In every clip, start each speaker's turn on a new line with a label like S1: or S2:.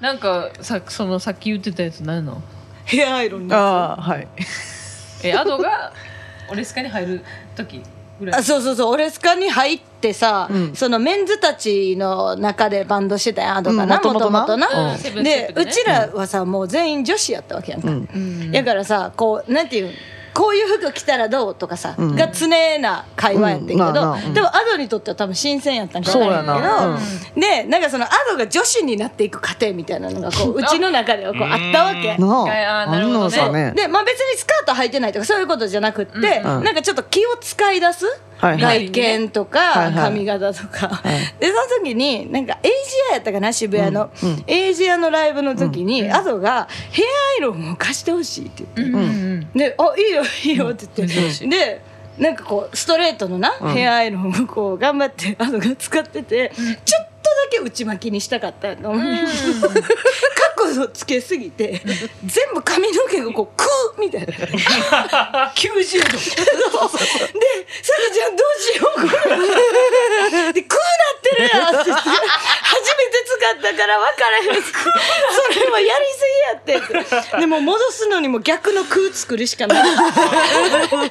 S1: なんかさそのさっき言ってたやつ何なの
S2: ヘアアイロンのや
S3: ああはい
S1: えアドがオレスカに入る時ぐ
S2: つ
S1: ら
S2: あ
S1: い
S2: そうそうそうオレスカに入ってさ、
S3: うん
S2: そのメンズたちの中でバンドしてたやんアドかな
S3: うん
S2: もと
S3: 元々
S2: も
S3: な
S2: とな、
S1: うんセブンステッ
S2: で
S1: プで
S2: う
S1: ね
S2: ちらはさもう全員女子やったわけやんか、
S3: うん
S1: うん
S2: だからさこうなんていうんこういう服着たらどうとかさ、
S3: うん
S2: が常な会話やってんけど、
S3: うんなあなあうん
S2: でもアドにとっては多分新鮮やったんか
S3: そうやな
S2: わからんけど、でなんかそのアドが女子になっていく過程みたいなのがこううちの中ではこうあったわけ。
S3: な
S1: 一回
S3: あ
S1: あーなるほどね
S3: んのさね
S2: でまあ、別にスカート履いてないとかそういうことじゃなくって、
S3: うんうん
S2: なんかちょっと気を使い出す、
S3: はいは
S2: 外
S3: い
S2: 見とか、
S3: はいはい
S2: 髪型とか、
S3: い
S2: でその時になんかエイジアやったかな渋谷の、
S3: うんうん
S2: エイジアのライブの時に、アドがヘアアイロンを貸してほしいって言って。
S1: うんうんうん
S2: で「あいいよ いいよ」って言
S1: うん珍
S2: っ
S1: して
S2: でなんかこうストレートのな
S3: うん
S2: ヘアアイロンをこう頑張ってあの使っててちょっとだけ内巻きにしたかったの角度つけすぎて全部髪の毛がこうクーみたいな90度でさくちゃんどうしようこれでクーなってるやんって言って初めて使ったから分からへんそれもやりすぎやってってでも戻すのにも逆の空作るしかないだから逆に空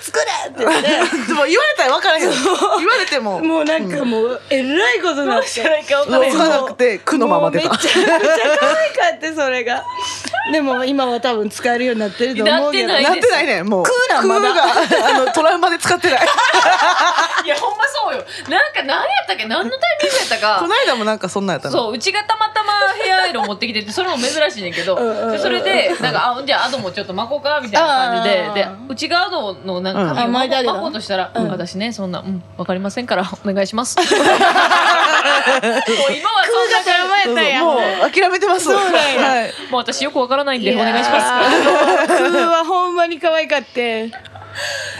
S2: 作れって言って
S3: でも言われたら分からへん言われても
S2: もうなんかもうえらいことになって
S3: 動かなくて苦のまま出た
S2: もうめちゃくちゃ可愛かってそれがでも今は多分使えるようになってると思うけど
S1: なって
S3: なってないねもう
S2: クーラーまだ
S3: クーがあのトラウマで使ってない
S1: いやほんまそうよなんか何やったっけ何のタイミングやった
S3: こ
S1: か
S3: の間もなんかそんなんやったの
S1: そううちがたまたまヘアアイロン持ってきててそれも珍しいねんけど
S2: うんうんうん
S1: でそれでなんかあじゃあアドもちょっと巻こうかみたいな感じでで
S2: あー
S1: うちがアドのなんか
S2: うんあ
S1: 髪を
S2: 巻い
S1: 巻
S2: てあげた
S1: こう巻こうとしたら、うん私ねそんなうん分かりませんからお願いします もう今はそんな感
S3: そうそうもう諦めてます
S2: そうなんや
S3: はい
S1: じもう私よくわからないんでお願いし ます
S2: ますクーはほんまに可愛かって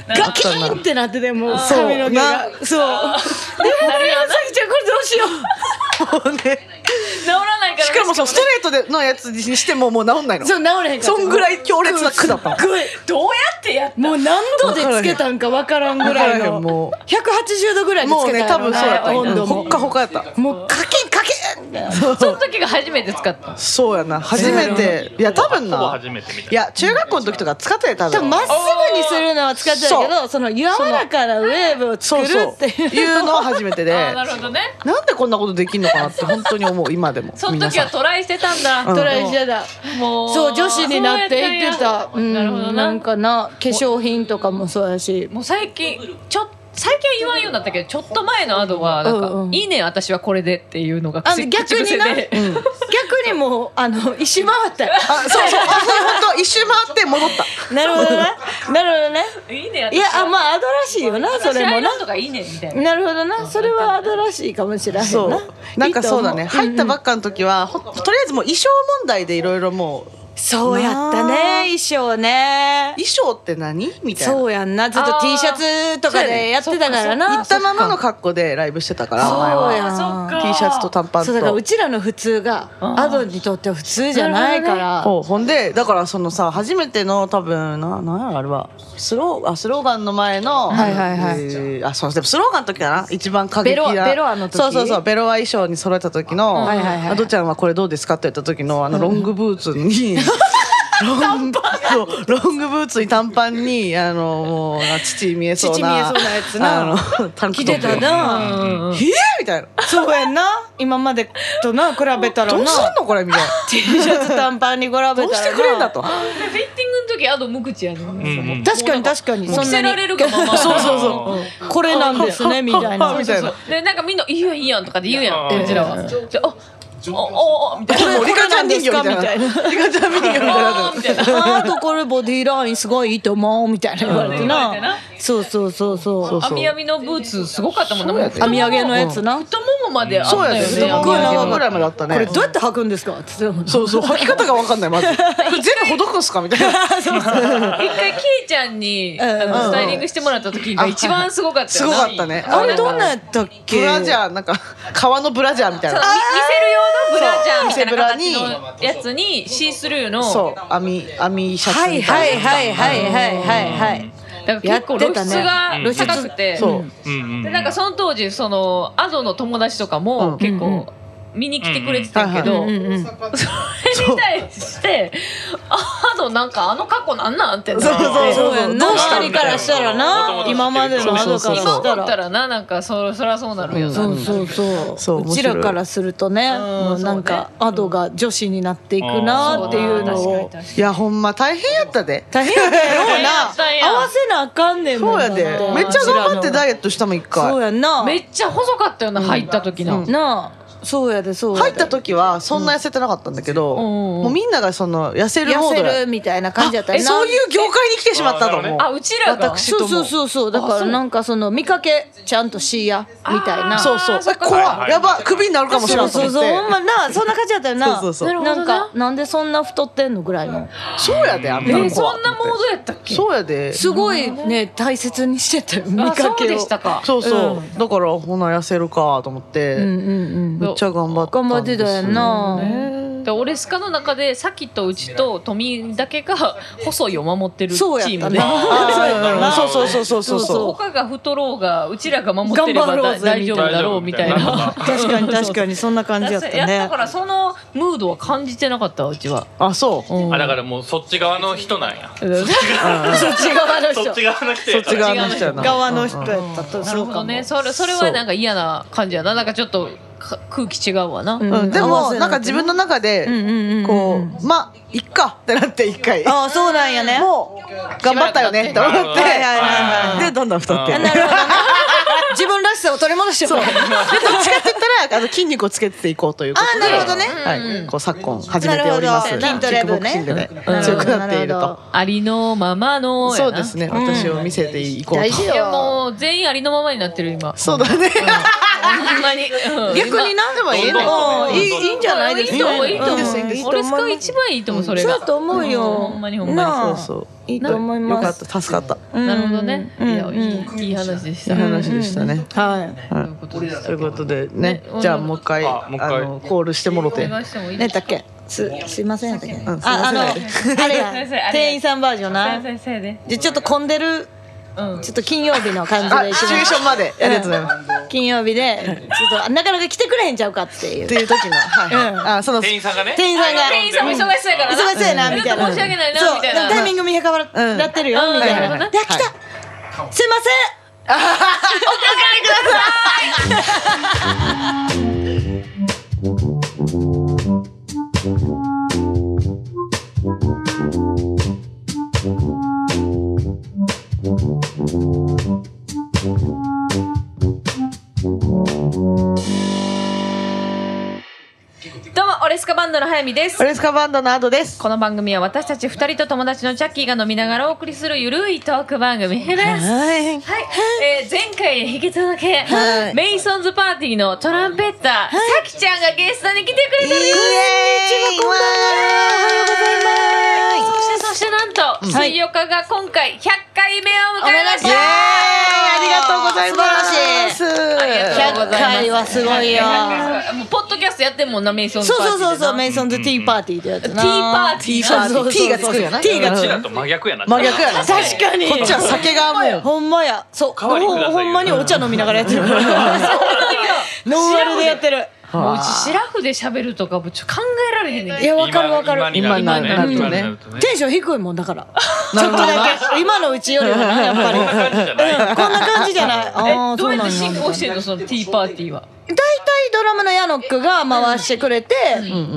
S2: ガキーンってなっててもう
S3: そう
S2: 髪の毛がそう
S1: あーなるよ
S2: さきちゃんこれどうしよう
S3: もうね
S1: 治らないから
S3: しかもそのストレートでのやつにしてももう治んないの
S2: そう治れへんか
S3: そんぐらい強烈な苦だったの
S2: すごい
S1: どうやってやっ
S2: もう何度でつけたんか分からんぐらい
S3: 分からへ
S2: の
S3: んもう
S2: 180度ぐらいで
S3: も
S2: つけ
S3: うね
S2: た
S3: 多
S2: んやろ
S3: 分
S2: な
S3: そうやった
S2: 温度
S3: ほ
S2: も
S3: っかほかやった
S2: もうカキンカキンみたいな
S1: その時が初めて使った
S3: そうやな初めていや多分
S4: ほぼ
S3: な
S4: 初めてみたいない
S3: や中学校の時とか使ってたよ多
S2: ちょっと
S3: 分
S2: まっすぐにするのは使ってたけどその柔らかなウェーブを
S3: そ
S2: 作
S3: う
S2: る
S3: そう
S2: っていう
S3: いうのは初めてで
S1: あーなるほどね
S3: なんでこんなことできんのかなって本当に思う今でも
S1: その
S3: 皆
S1: 時
S3: さん
S1: はトライしてたんだ、
S3: うん
S2: トライしてた
S1: もう
S2: そう女子になっていってた
S1: そうやったんやなるほど
S2: うん
S1: な
S2: なんかな化粧品とかもそうやし
S1: もう最近ちょ最近は言わんようになったけどちょっと前のアドはなんか、
S2: うんうん
S1: いいね私はこれでっていうのが
S2: あ
S1: 口
S2: 逆にな
S1: 口癖で
S3: うん
S2: 逆にもうあの 石回ったよ
S3: あそうそうあそう本当一周回って戻った
S2: なるほどねなるほどね
S1: いいね
S2: い
S1: 私
S2: や
S1: は
S2: あまあアドらしいよなそ
S1: 私
S2: れ
S1: ア
S2: も
S1: イ
S2: な
S1: ランドがいいねみたいな
S2: なるほどなそれはアドらしいかもしれへん
S3: そ
S2: な
S3: うなんかそうだね
S2: いいと思
S3: 入ったばっかの時はほんとりあえずもう衣装問題でいろいろもう
S2: そうやったね
S3: なあ
S2: 衣装ね
S3: 衣装って何みたいな
S2: そうやんなずっと
S1: あー
S2: T シャツとかでやってたから
S3: 行
S2: な
S3: ったままの格好でライブしてたから前
S2: そう
S3: は
S2: やん
S1: あそっか
S3: T シャツと短パン
S2: そうだから
S3: と
S2: うちらの普通が
S1: あー
S2: アドにとっては普通じゃないから、
S3: ほうほんでだからそのさ初めての多分ななんやろあれはスローあスローガンの前の
S2: はいはいはい
S3: えーあそうでもスローガンの時だな一番過激な
S2: ベロアベロアの時
S3: そうそうそうベロア衣装に揃えた時の
S2: はいはいはい
S3: アドちゃんはこれどうですか?」って言った時のあのロングブーツ に。ロンそうロングブーツに短パンにあのもう父見えそうな
S2: 乳見えそうなやつな
S3: あのタンク
S2: 着
S3: ト
S2: て
S3: ッ
S2: た
S3: プ
S2: な、
S3: えーみたいな
S2: そうやんな今までとな比べたら
S3: ど
S2: な
S3: うすんのこれ みたいな
S2: T シャツ短パンに比べたらな
S3: どうしてくれんだと
S1: フィッティングの時アド無口やねん、
S4: うんうん
S2: 確かに確かに
S1: もう着せられるがまま
S3: そうそうそう
S2: これなんですねみたいな
S3: みたいな
S1: でなんかみんな「いいやんいいやん」とかで言うやん
S4: うん
S1: うちらはじゃあ「おおお」みたいな
S3: もうリカちゃん人形みたいなリカちゃん人形みたいにな
S1: あ
S3: っ
S1: ー
S3: て
S1: みたいな
S2: あとこれボディラインすごいいいと思うみたいな言われて
S1: うん言われて
S2: な
S1: な
S2: そうそうそうそう
S3: うそう
S1: 網やみのブーツすごかったもんなもう太
S2: 編み上げのやつな、
S1: ももまであっ
S3: そうや
S1: た
S3: ね
S1: よ
S3: 太
S1: ね
S3: も
S2: も
S3: も
S1: 網やみ
S2: 長
S3: ぐらいまであったね
S2: これどうやって履くんですかって言ってたもん
S3: そうそう履き方が分かんないまずこれ全部ほどくんすかみたいな
S1: 一回ケイちゃんに
S2: うん
S1: あのスタイリングしてもらった時が一番すごかった
S3: す
S1: よ
S3: ご
S1: な
S3: かったね
S2: あれどんなやったっけ
S3: ブラジャーなんか革のブラジャーみたい
S1: そう
S3: な
S1: み見せる用のブラジャーみたいな
S3: そう見
S1: 形
S3: せブ
S1: のやつにシースルーの
S3: そう網網シャツ
S2: はい
S3: みた
S2: はいい
S3: な
S2: はいはいはいはいはい
S1: だから結構露出が
S4: やってたね
S1: 高くて
S3: そう
S4: うんうん
S1: でなんかその当時そのアドの友達とかも結
S3: うん
S1: 構見に来てくれてたけ
S3: うん
S1: ど、
S3: う
S1: そ
S2: うん
S1: れに対してあのなんかあの過去なんなんってなって
S3: そうそうそう
S2: そうやんな
S1: どうした
S2: 二人からしたらな
S4: 元
S2: 今
S4: 々知
S2: ま
S4: って
S2: で
S4: る
S2: のあ
S3: 人
S2: るから
S1: 今
S2: し
S1: 思
S2: た
S1: った
S2: ら
S1: らななんかそそりゃそうなるよな、
S3: う
S2: そ
S3: ん
S2: うそう
S3: そ
S2: そうう
S3: 面
S2: う
S3: 白
S2: ち
S3: い
S2: らからするとね
S1: うん
S2: もうなんかアドが女子になっていくなっていうの
S1: そ
S2: を
S1: 確かに確かに
S3: いやほんま大変やったで
S2: 大変やったやろうな
S1: 大変やったんや
S2: 合わせなあかんねん
S3: そ
S2: もん
S3: うやで
S2: だて
S3: めっちゃ頑張ってダ
S2: う
S3: イエットしたもん一
S2: ちらのそう
S3: 回
S2: やんな
S1: めっちゃ細かったよな、入った時の、
S3: うん
S2: なあそうやでそうやで
S3: 入った時はそんな痩せてなかったんだけど、
S1: うんうんうん
S3: もうみんながその痩せるモ
S2: 痩
S3: ー
S2: せ
S3: ドや
S2: るみたいな感じやった
S3: あえそういう業界に来てしまったと
S4: あ
S3: 思
S4: なるほ
S3: う
S4: ど
S1: あうちらが
S3: 私と
S2: そうそ
S3: も
S2: うそうそうだからなんかその見かけちゃんとしいやみたいな
S3: そうそう
S1: そっ
S3: え
S1: か
S3: 怖いやば
S4: はい
S3: いクビになるかもしれ
S2: そ
S3: な
S2: う
S3: い
S2: そ
S3: と
S2: うそ
S3: 思って
S2: うほんまなそんな感じやったよな
S3: そうそ
S1: そう
S3: う
S2: なん
S1: なるほど
S2: かなんでそんな太ってんのぐらいの
S3: そうやであん
S1: え
S3: たの子は
S1: ーそんなモードやったっけ
S3: そうやです
S2: ごいね大切にしてたよ見
S1: あ
S2: か
S1: そう
S2: け
S1: で
S2: を
S1: したか
S3: そうそう、
S1: う
S3: だからほな痩せるかと思って、
S2: うんうんうん
S3: めっちゃ頑張った
S2: 頑張
S3: ん
S2: って
S3: です
S2: たやんな
S1: でオレスカの中でサキとうちと富だけが細いを守ってるチ
S2: そうや
S1: ー
S2: っ
S1: ム
S2: た
S1: で
S2: な
S3: あーそうそうそうそうそう
S2: そう
S3: そ
S1: 他が太ろうがうちらが守ってれば
S2: 頑張ろう
S1: だ
S2: ぜ
S1: 大丈夫だろうみたい
S4: 大丈夫みたい
S1: な
S4: な
S2: 確かに確かにそんな感じやった
S1: やった
S2: ね
S1: からそのムードは感じてなかったわうちは、
S3: うあそう、
S1: うん
S4: あだからもうそっち側の人なんや。
S2: そっち側の
S4: そ
S2: 人
S4: っち側の人
S3: そ
S4: や
S3: っ
S4: から
S3: ち側の人やな
S2: 側の人
S3: うん
S2: やったと
S1: な
S2: そ
S1: る
S2: う
S1: ほ
S2: か
S1: ど
S2: も
S1: ねそれそれはなんか嫌な感じやななんかちょっとか空気違うわな、
S2: うん
S3: うんで
S2: 合わ
S3: も
S2: せ
S3: なんか自分の中で
S2: うんうんうんうん
S3: こうまあいっかってなって一回
S2: ああそうなんやね
S3: もう頑張ったよねって思って
S4: なるほどはいはいはいはい
S3: でどんどん太って
S4: う
S2: あ
S4: ん
S2: なるほどね自分らしさを取り戻して
S3: そう
S2: も
S3: でどっちかって言ったらあの筋肉をつけていこうということで
S2: あなるほどね
S3: はい、こう昨今始めております
S2: なるほど筋トレ
S3: キックボ
S2: 部
S3: ク
S2: ね
S3: シングで
S2: うん
S3: 強くなってい
S2: な
S3: る
S2: るほ
S3: と
S1: ありのままのやな
S3: そうですね私を見せていこう
S2: 大
S3: と
S2: 事
S1: いや
S2: よ
S1: もう全員ありのままになってる 今
S3: そうだね
S1: ほんまに、うん
S2: 逆に何でもいいね
S4: どんどんどんどん
S2: うんいいいいんじゃないですか
S1: いいと思ういいと思う
S2: うん
S3: いいですいいです
S1: 俺スカ
S2: いい
S1: 一番いいと思うそれが
S2: そうだと思うよ
S1: んほんまにほんま
S2: な
S3: そうそう
S2: いいと思い
S3: よか
S2: ま
S3: っ
S2: す
S3: た助かった
S1: になるほどね、
S2: うん
S1: いやいい,、
S2: う
S1: いい話でし
S3: い
S1: た、
S3: い話でしたね
S2: はい
S1: ということです
S3: ということでね
S1: ね
S3: じゃあもう一回
S4: あ
S3: あ
S4: もう一回
S3: のコールしてもろて
S1: お願いしてもいいで
S2: ねだ
S1: す
S2: っけすすいませんやったっけ
S3: んすい
S2: あ あ
S3: ません
S2: の
S3: やったっ
S1: け
S2: あれや
S1: すいませんあれや
S2: 店員さんバージョンな
S1: 先生で、
S2: でちょっと混んでる
S1: うん、
S2: ちょっと金曜日の感じ
S3: あ
S2: で一
S3: シチュエーシ
S2: 緒
S3: ョンまでありがとうございます
S2: に金曜日でちょっとなかなか来てくれへんちゃうかっていう
S3: っていう時の
S2: うん
S3: はいあその
S4: 店員さんがね。
S2: 店員さんが
S1: 店員さんも忙しそうやからな
S2: 忙しそうやなみたいな
S1: ちょっと申し訳ないな
S2: そう
S1: みたいな
S2: タイミング見計らってるよ
S1: うん
S2: みたい
S1: うん
S2: な
S1: なるほどね
S2: であ来たすいません
S1: どうもオレスカバンドの早見です
S3: オレスカバンドのアドです
S1: この番組は私たち二人と友達のジャッキーが飲みながらお送りするゆるいトーク番組です
S3: はい
S1: はい、えー、前回に引き続き、
S3: はい
S1: メイソンズパーティーのトランペッター、さきちゃんがゲストに来てくれてる
S3: イエーイこんばんはおはようございます
S1: そしてそしてなんと、
S2: はい
S1: 水曜日が今回100回目を迎えまし
S3: イエーイ
S1: た
S3: ありがとうございます
S2: 素
S1: ありがとうご
S2: 100
S1: ざいます
S2: 回はすごいよ
S1: もうポッドキャストやってんもんなメイソンズ
S2: そ
S1: パー
S2: う
S1: ティ
S2: そ
S1: ー
S2: うそうそう
S1: で
S2: メイソンズティーパーティーってやつな
S1: ティーパーティー
S3: T パーティー T がつくんやな
S2: T が
S4: う
S2: つ
S4: ち
S2: く
S4: らと真逆やな。
S3: 真逆やな
S2: 確かに
S3: こっちは酒がもう
S2: ほんまやそう
S4: 代わりくださいよ
S2: ほんまにお茶飲みながらやってるノンアルでやってる
S1: なもううちシラフで喋るとかもうちょっと考えられへんねん
S2: い
S1: けど
S2: やわかるわかる
S4: 今になるとね。
S3: 今になるとね
S4: 今になるとね
S2: テンション低いもんだからち
S3: な
S2: ょ
S3: る
S2: っ
S3: ほ
S2: と
S3: どな
S2: だけ今のうちよりはなやっぱり
S4: こんな感じじゃない。
S2: うんこんな感じじゃないあ
S1: え
S2: あ
S1: ど
S2: そうう
S1: や
S2: な
S1: っ
S2: ん
S1: て
S2: や
S1: 進行してんのそのティーパーティーは
S2: 大体ドラムのヤノックが回してくれて、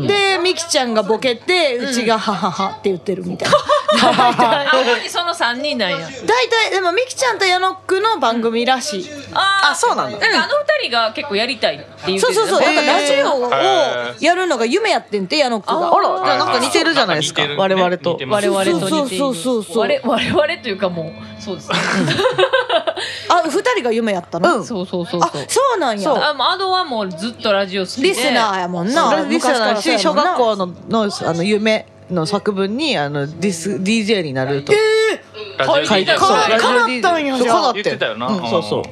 S2: でミキちゃんがボケて、うちがハハハって言ってるみたいな
S1: あほんまにその3人なんや
S2: 大体でもミキちゃんとヤノックの番組らしい、
S1: あ
S3: あそうなんだ
S1: ーなんかあの二人が結構やりたいって言って
S2: そうそうそう
S1: た
S2: な
S1: よ
S2: ん
S1: ね
S2: かラジオ
S4: へ
S2: をやるのが夢やってんてヤノックが
S3: あらなんか似てるじゃないですか
S4: はいはい
S3: 我々と
S4: 似てま
S1: 我
S4: す
S1: 々と似ている
S2: そうそうそうそう
S1: 我々我々というかもうそうですね
S2: あ二人が夢やったの、
S3: うん
S1: そうそうそう
S2: あ
S1: そう
S2: そうなんや
S1: あもうアドはもうずっとラジオ好きで
S2: リスナーやもんな
S3: リス
S2: 昔
S3: ナー
S2: からそうや
S3: し
S2: も
S3: 小
S2: んな
S3: 学校ののあの夢の作文にあのディス DJ になると
S4: ラジオ
S1: 書いて
S3: そう
S1: か
S3: ラジオ DJ
S2: かなったんや
S3: そう
S2: じゃあ
S3: かなって
S4: 言ってたよな
S3: うんそうそう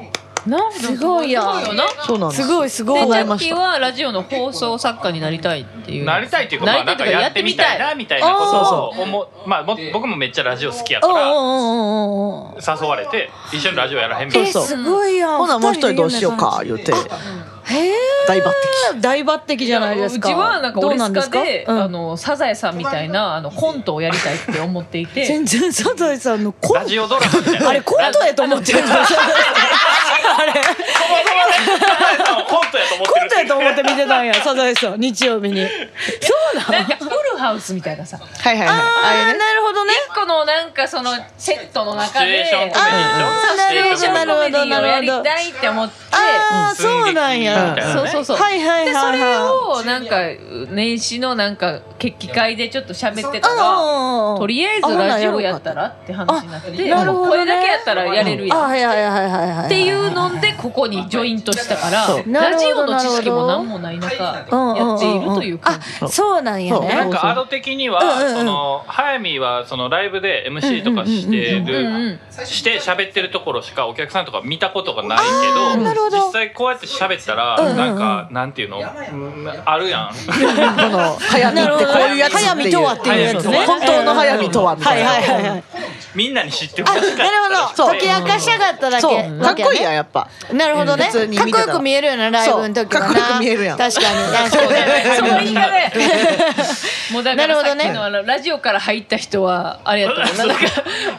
S1: な
S2: すごいやん
S1: そうよな
S3: そうなんです
S2: すごいすご
S1: で
S2: い
S1: ジ
S3: わか
S1: ャ
S3: り
S1: ッ
S3: ま
S1: キ
S3: し
S1: ー
S3: た
S1: はラジオの放送作家になりたいっていう
S4: なりたいっていうか、まあ、
S1: な
S4: な
S1: り
S4: ん
S1: た
S4: か
S1: いっていうか
S4: やってみたいなみたいなこと
S3: そ
S4: を思う、まあ、も僕もめっちゃラジオ好きや
S2: お
S4: か
S2: うおう
S4: ら
S2: おうおうおう
S4: 誘われて一緒にラジオやらへんみたい
S2: え
S4: な
S3: そう
S2: すごいやん
S3: ほなもう一人どうしようか
S2: 二
S3: 言
S2: 人
S3: う
S2: で
S3: て
S2: へえ
S3: 大抜擢
S2: 大抜擢じゃないですか
S1: うちはなんか
S2: どう
S1: 俺
S2: な
S1: ス
S2: んで
S1: カ
S2: すか
S1: で、
S2: うん
S1: あのサザエさんみたいなあのコントをやりたいって思っていて
S2: 全然サザエさんのコン
S4: ラジオドラマみたい な
S2: あれコントやと思ってるあれ
S4: そもそもね、サザエさんをコントやと思って
S2: コ
S4: る
S2: ントやと思って見てたんやサザエさん日曜日にそうなの
S1: なんかフルハウスみたいなさ
S3: はいはいはいあ
S2: あ
S3: れ
S2: ー
S3: ね
S2: なるほどね
S1: 一個のなんかそのセットの
S4: シチ
S1: 中
S4: ュエ
S1: で
S4: ーションコメディでしょ
S2: あー
S4: シチュエーションコメ
S1: コ
S4: ディ
S1: メディをやりたいって思って
S2: ああ
S4: 寸劇
S2: そうなんや
S4: みたいな
S1: そうそうそう
S2: はいはい
S1: で
S2: は
S1: そ
S2: い
S1: れ
S2: は
S1: をなんか年始のなんか決起会でちょっと喋って
S2: い
S1: たら
S2: あー
S1: とりあえずラジオやったらって話になって
S2: あなるほどね
S1: これだけやったらやれるや
S2: あ
S1: ん
S2: はいはいはいはいはい
S1: っていうのでここにジョイントしたから
S3: そう
S2: なる
S1: ラ
S2: ほ
S1: ジ
S2: ど
S1: オの知識も何もない中や
S2: うんうんうんうん
S1: っているという感じ
S2: あそうなんや
S3: そう
S4: なん
S2: ね
S4: かアド的に
S2: うんうんう
S4: は、
S2: ん
S4: その、早見は、そのライブで MC とかして
S1: うんう
S4: る、
S1: ん
S4: して喋ってるところしかお客さんとか見たことがない
S2: あーなる
S4: けど
S2: ほ、ど
S4: 実際こうやって喋ったら、
S2: うんうんうん
S4: なんか、なんていうの、うんあるやん。
S3: こ の早見ってこういうやつっていう
S2: 早見とはっていうやつね
S3: そう本当の早見とはみた
S2: はいい
S3: な
S2: はいはいはい
S4: みんなに知ってほ
S2: あ
S4: しかった。
S2: なるほど
S3: そう
S2: 解き明かしやがっただけ
S3: そうかっこいいやんやっぱ
S2: なるほどね。
S3: 普通に見
S2: かってこ
S3: たら
S2: よく見えるよなライブの時もな。
S3: そうかっこよく見えるやん
S2: 確かに確
S1: そう
S2: かに。
S1: ねその言い方やもうだから
S2: なるほ
S1: さ
S2: ど
S1: っ
S2: ね
S1: きのあのラジオから入った人はあれやったもんななんか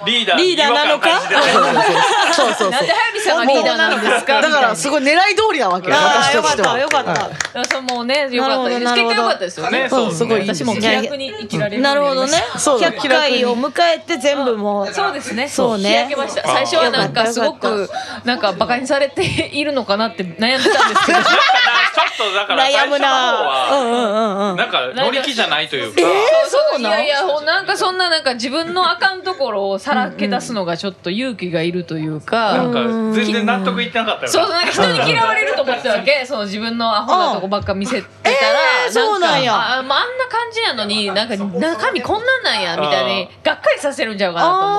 S4: リーダー、
S2: リーダーなのか
S4: 違和感感じてる
S3: そうそう
S1: なん
S3: そう
S1: で早見さんがリーダーなんですかみ
S3: だ
S1: たいな
S3: からすごい狙い通りなわけよ
S2: あ
S3: 私
S2: あよ
S3: と
S2: かっ
S3: しては
S2: たよかっ
S3: はい
S2: た。
S1: あそうもうね良かったです
S2: な
S1: 結果
S2: るほど
S1: 良かったですよね
S4: ね、そううん
S3: すごいいい
S1: 私も気楽に生きられる
S2: なるほどね。
S3: そう
S2: 100回を迎えて全部もう。
S1: そうですね。
S2: そうね
S1: 日焼けました。最初はなんかすごくなんかバカにされているのかなって悩んでたんですけど、
S4: なんかなちょっとだから、最
S2: 悩
S4: 初の
S2: む
S4: 方
S2: な。う
S4: は、
S2: んうんうんうん。
S4: なんか乗り気じゃないというか、
S1: そうないやいやほんなんかそんななんか自分のあかんところをさらけ出すのがちょっと勇気がいるというか。
S4: なんか全然納得いってなかったよ
S1: そうそうなんか人に嫌われると思ってたわ けその自分のアホなとこばっか見せてたら、
S2: えーそうなんや
S1: かあまああんな感じやのになんか中身こんなんなんやみたいにがっかりさせるんちゃうかなと思って。
S2: あ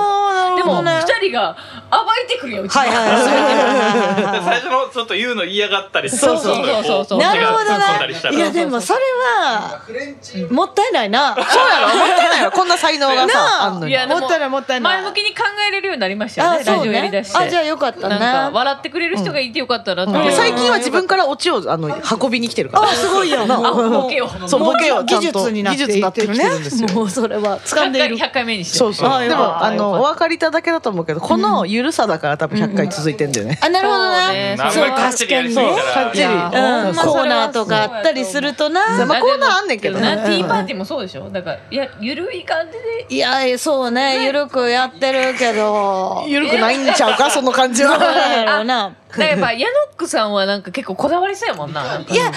S2: あ
S1: で
S2: なるほ
S1: も
S2: どね。
S1: 二人が暴いてくるようちの
S2: はいはいはいはいはい
S4: で
S2: はい。
S4: 最初のちょっと言うの嫌がったり
S1: そうそうそうそうそう
S2: なるほ
S4: こっちが突っ込んだ
S2: ど
S4: りした
S2: ね。
S4: ら
S2: いやでもそれはもったいないな。
S3: そうやろもったいないよこんな才能が
S2: な
S3: さ
S2: あ
S3: あんの
S1: い
S3: に
S1: やで
S2: もったいないもったいない
S1: 前向きに考えれるようになりましたよ
S2: あ
S1: ねラ
S2: そう
S1: ジオやり
S2: ね
S1: だし。て
S2: あじゃあよかった
S1: なんか
S2: な。
S1: 笑ってくれる人がいてよかったなって、
S2: ん
S3: で
S1: 最
S3: 最
S1: 近
S3: 近は自分からオチをあの運びに来てるから
S2: あすごいやん。
S1: あボケを
S3: そうボケをちゃ
S2: 技
S3: んと
S2: 術になってい
S3: 技術になってきてるんですよ
S2: もうそれは掴
S1: 100
S2: んでい
S1: 回
S2: る。
S1: 100回目にして
S3: そうそう
S2: あ
S3: で
S2: よかっ
S3: も
S2: た
S3: あのお分かりいただけだと思うけどこのゆるさだから多分100回続いてんだよね
S2: あなるほど
S1: そう
S2: ね
S1: ね。
S4: あん
S1: そ
S4: ま
S1: う
S4: りかっちりやりすぎ
S3: そ
S4: た
S3: うかっ
S4: ら
S3: ちり
S4: いや
S1: いや
S2: うん
S1: ほんまそれは
S2: コーナーとかあったりすると
S3: そ
S2: な。
S3: うまあコーナーあんねんけどね
S1: なティーパーティーもそうでしょだからいやゆるい感じで
S2: いやそうねゆるくやってるけど。
S3: ゆるくないんちゃうかその感じ
S2: どう
S3: は
S2: なんやろうな。
S1: だからやっぱヤノックさんはなんか結構こだわりそうやもんななんか
S2: いや、矢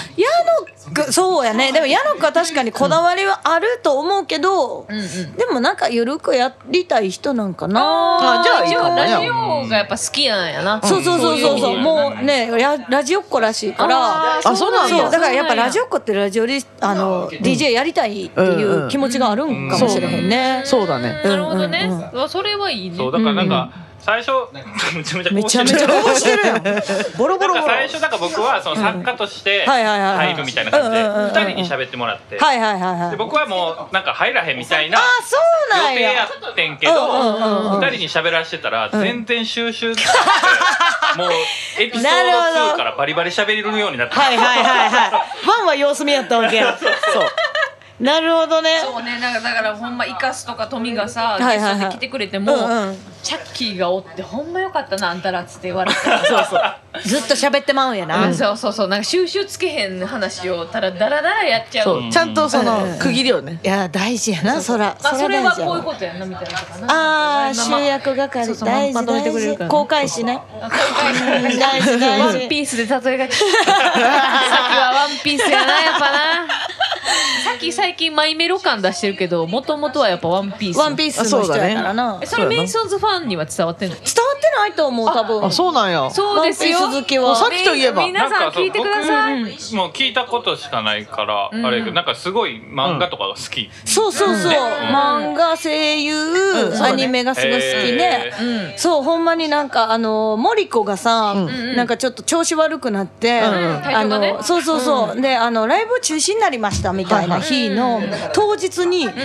S2: 野く、そうやね。でも矢野くは確かにこだわりはあると思うけど、
S1: うんうん
S2: でもなんかゆるくやりたい人なんか
S3: あ
S2: な。
S3: じゃあいい
S1: 一
S3: か
S1: 応ラ
S3: もね
S1: ジオがやっぱ好きなんやな、
S2: そうそうそうそうそう。
S4: うん
S2: もうね、ララジオっ子らしいから。
S3: あそうなんだ
S2: そうだからやっぱラジ
S1: オ
S2: オっ子ってラジオリスあの DJ やりたいっていう気持ちがあるんかもしれへんね。
S3: そうだね
S1: なるほどね、
S2: うんうん
S1: うわそれはいいね
S4: そうだからなんか最初めちゃめちゃこう
S2: めちゃめちゃこぼしてるやん。 ボロボロボ
S4: な
S2: ロ。
S4: んか
S2: はい
S4: 最初だから僕はその作家として
S2: はいはいはいはい
S4: 入るみたいな感じで
S2: うんうんうんうん
S4: 2人に喋ってもらって
S2: はいはいは
S4: で
S2: い。
S4: 僕はもうなんか入らへんみたいな
S2: あ、そう
S4: 予
S2: なん
S4: 定や
S2: や。
S4: ってんけど
S2: うんうんうんうん
S4: 2人に喋らしてたら全然収集つかなくてもうエピソード
S2: なるほど
S4: 2からバリバリ喋れるようになって
S2: はいはいはいはい。ファンは様子見やったわ けや。そう。なるほどね。
S1: そうねなんかだからほんまイカスとか富がさ
S2: はいはい
S1: ゲ
S2: はい
S1: ストで来てくれて
S2: う
S1: も、
S2: んうん。
S1: チャッキーがおってほんまよかったなあんたらっつって言われてそうそう
S2: ずっと喋ってまうんやな。
S1: そうそうなんか収集つけへん話をただダラダラやっちゃう
S3: そうちゃんとその
S2: うん
S3: 区切りをね
S2: いや大事やな、そら。
S1: まあ、それは
S2: 大事や
S1: こうい
S2: わ
S1: うことやんなみたいなとかな
S2: ああ、
S1: ま
S2: 集
S1: ま
S2: 約係
S1: そうそう
S2: 大
S1: まんま
S2: 事
S1: と置いてくれ
S2: 大
S1: るから
S2: 事。公開し ね。
S1: 今回
S2: 大事
S1: ワ
S2: 大
S1: ン
S2: 事。
S1: ピースで例えがきさっきはワンピースやなやっぱな さっき最近マイメロ感出してるけどもともとはやっぱワンピース
S2: ワンピースの人やから
S3: あそうだ
S2: な。
S3: ね
S1: えそれメイソンズファンには伝わってんの
S2: 伝わってってないと思う多分
S3: あ、そうなんや。
S1: そうですよ。
S2: ワンピース好きは
S3: もうさっきといえば
S1: み皆さん聞いてください。
S4: 僕もう聞いたことしかないから、
S1: うん
S4: あれやけどなんかすごい漫画とかが好き、
S2: そうそうそう、
S4: うん
S2: 漫画声優、
S3: うん
S2: アニメがすごい好きね、
S4: へー
S1: うん。
S2: そうほんまになんかあのモリコがさ、
S1: ん
S2: なんかちょっと調子悪くなって、
S3: うん
S2: あの、
S1: 体調がね
S2: そうそうそう、であのライブ中止になりましたみたいな日の当日に、ワンピー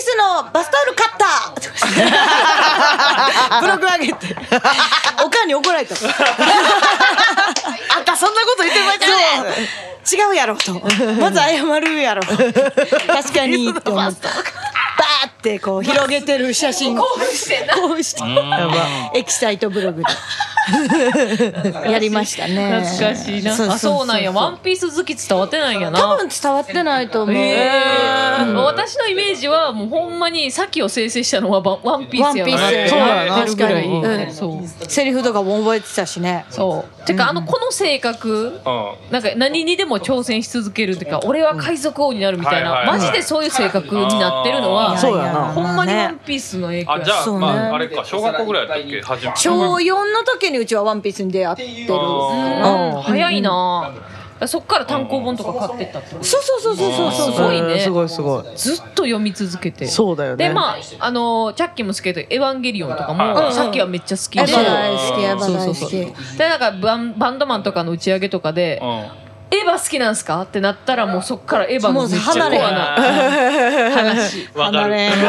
S2: スのバスタオル買った!とか」ブログ上げて おかんに怒られた。
S3: あんたそんなこと言ってましたね。
S2: 違うやろとまず謝るやろ確かにって思ったバーってこう広げてる写真興奮して興奮して
S3: やば。
S2: エキサイトブログでやりましたね
S1: 懐かしいな。あ、そうなんや。ワンピース好き伝わってないんやな。
S2: 多分伝わってないと思う、
S1: えー私のイメージはもうほんまにさっきを生成したのはワワンピースや
S2: ワンピー
S1: なっ
S2: ス
S1: て
S3: そうやな
S1: なってるぐらい
S3: 確かに
S1: うんそう
S2: セリフとかも覚えてたしね
S1: そうてかあのこの性格なんか何にでも挑戦し続けるっていうか俺は海賊王になるみたい
S4: はい
S1: な
S4: はいは
S1: マ
S4: い
S1: ジでそういう性格になってるの
S4: あ
S1: は
S4: ー
S3: そうやな
S1: ほんまにワン
S2: ね
S1: ピースの影響
S4: あじゃあ、
S2: そうね
S4: まああれか小学校ぐらいだったっけ初め
S2: 小4の時にうちはワンピースに出会ってる
S4: あ
S1: うん
S3: うん
S1: 早いなそっから単行本とか買ってったってこと
S2: そうそうそうそうそうそう
S1: すごいね
S3: うんすごいすごい。
S1: ずっと読み続けて
S3: そうだよね。
S1: でまああのチャッキーも好きだけど「エヴァンゲリオン」とか
S4: うんう
S1: も
S4: ん
S1: さっきはめっちゃ好き
S2: エヴ
S1: で
S2: ァ大好きエヴァ
S3: そう
S2: 大
S3: そ
S2: 好
S3: うそう
S2: き
S1: でなんかバンバンドマンとかの打ち上げとかで
S4: う
S1: 「エヴァ好きなんすか?」ってなったらもうそっからエヴァのめっちゃコア
S2: もう
S1: な話
S4: んわか
S2: 離
S4: る
S2: れ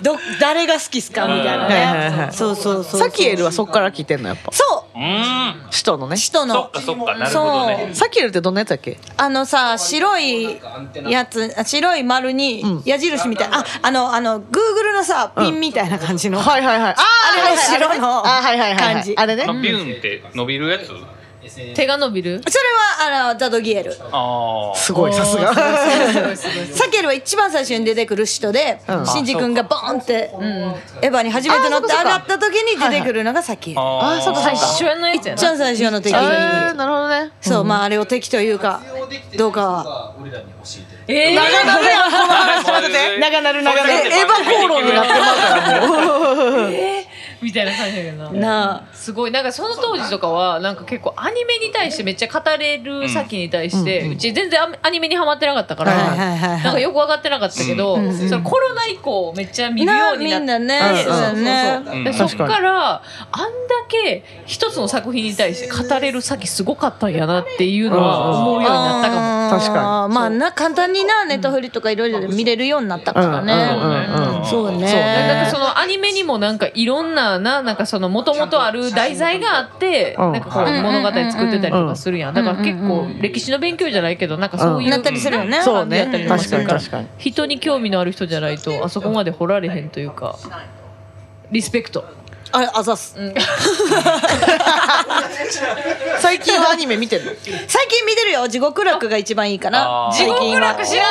S2: ど誰が好きっすかみたい
S3: はいは
S2: ないね
S3: はい
S2: そうそうそう
S3: サキエルはそっから来てんのやっぱ。
S2: そう
S4: ー
S3: 使徒のね
S2: う。使徒
S4: んそ
S2: の
S4: っかそっかなるほどね
S3: サキエルってどんなやつだっけ？
S2: あのさ白いやつあ白い丸に
S3: ん
S2: 矢印みたいなああのあのグーグルのさピンみたいな感じの、
S3: はいはいはい。あ
S2: あれの白の
S3: あはいはいはいは
S2: 感じ
S3: い。あれね
S4: あ。のビューンって伸びるやつ
S1: 手が伸びる
S2: それはあのザドギエル
S4: あ
S3: すごいさすが。
S2: サケルは一番最初に出てくる人で、
S3: うん
S2: シンジ君がボーンって、エヴァに初めて乗って
S3: あ
S2: 上
S3: そっか
S2: が
S3: そっ
S2: っ
S3: か
S2: た時に出てくるのがサケル、
S4: あ
S3: あそうかそうか。
S1: 一緒のやつや
S2: 一
S1: な
S2: 番最初の敵
S3: えーなるほどね。
S2: そうまああれを敵というかどうかは
S1: えー
S3: 長なるやんこの話
S4: 待ってて
S3: 長なる長な
S4: え
S3: る。
S4: エヴァ口論になってまう
S1: みたいな感じやけどな
S2: なあ
S1: すごいなんかその当時とかはなんか結構アニメに対してめっちゃ語れる先に対して、うち全然アニメにハマってなかったから、
S2: はいはいはいはい
S1: なんかよく分かってなかったけど、そのコロナ以降めっちゃ見るように
S2: み
S1: なっ
S2: ん
S1: て
S2: なね
S3: うん
S2: そうだね
S4: うん
S1: でそっからあんだけ一つの作品に対して語れる先すごかったんやなっていうのは思うようになったかも。
S2: あー
S3: 確か
S2: まあな簡単になネットフリとかいろいろ見れるようになったから
S3: うんうん
S2: ね、
S3: うんうん。
S2: そうね
S1: なんかそのアニメにもなんかいろんなななんかその元々ある題材があって
S3: うん
S1: なんかこう
S2: はい
S1: 物語作ってたりとかするやんだから結構歴史の勉強じゃないけどなんかそういう
S2: なったりするよね、
S3: そう
S1: 感じ
S3: ね。
S1: だったりも
S3: 確
S1: す
S3: かに
S1: るから
S3: 確かに。
S1: 人に興味のある人じゃないとあそこまで掘られへんというかリスペクト
S2: あれあざっす、
S3: 最近はアニメ見てるの？
S2: 最近見てるよ地獄楽が一番いいかな
S4: あー
S1: 地
S2: 最近
S1: 獄
S2: は
S1: 楽知らね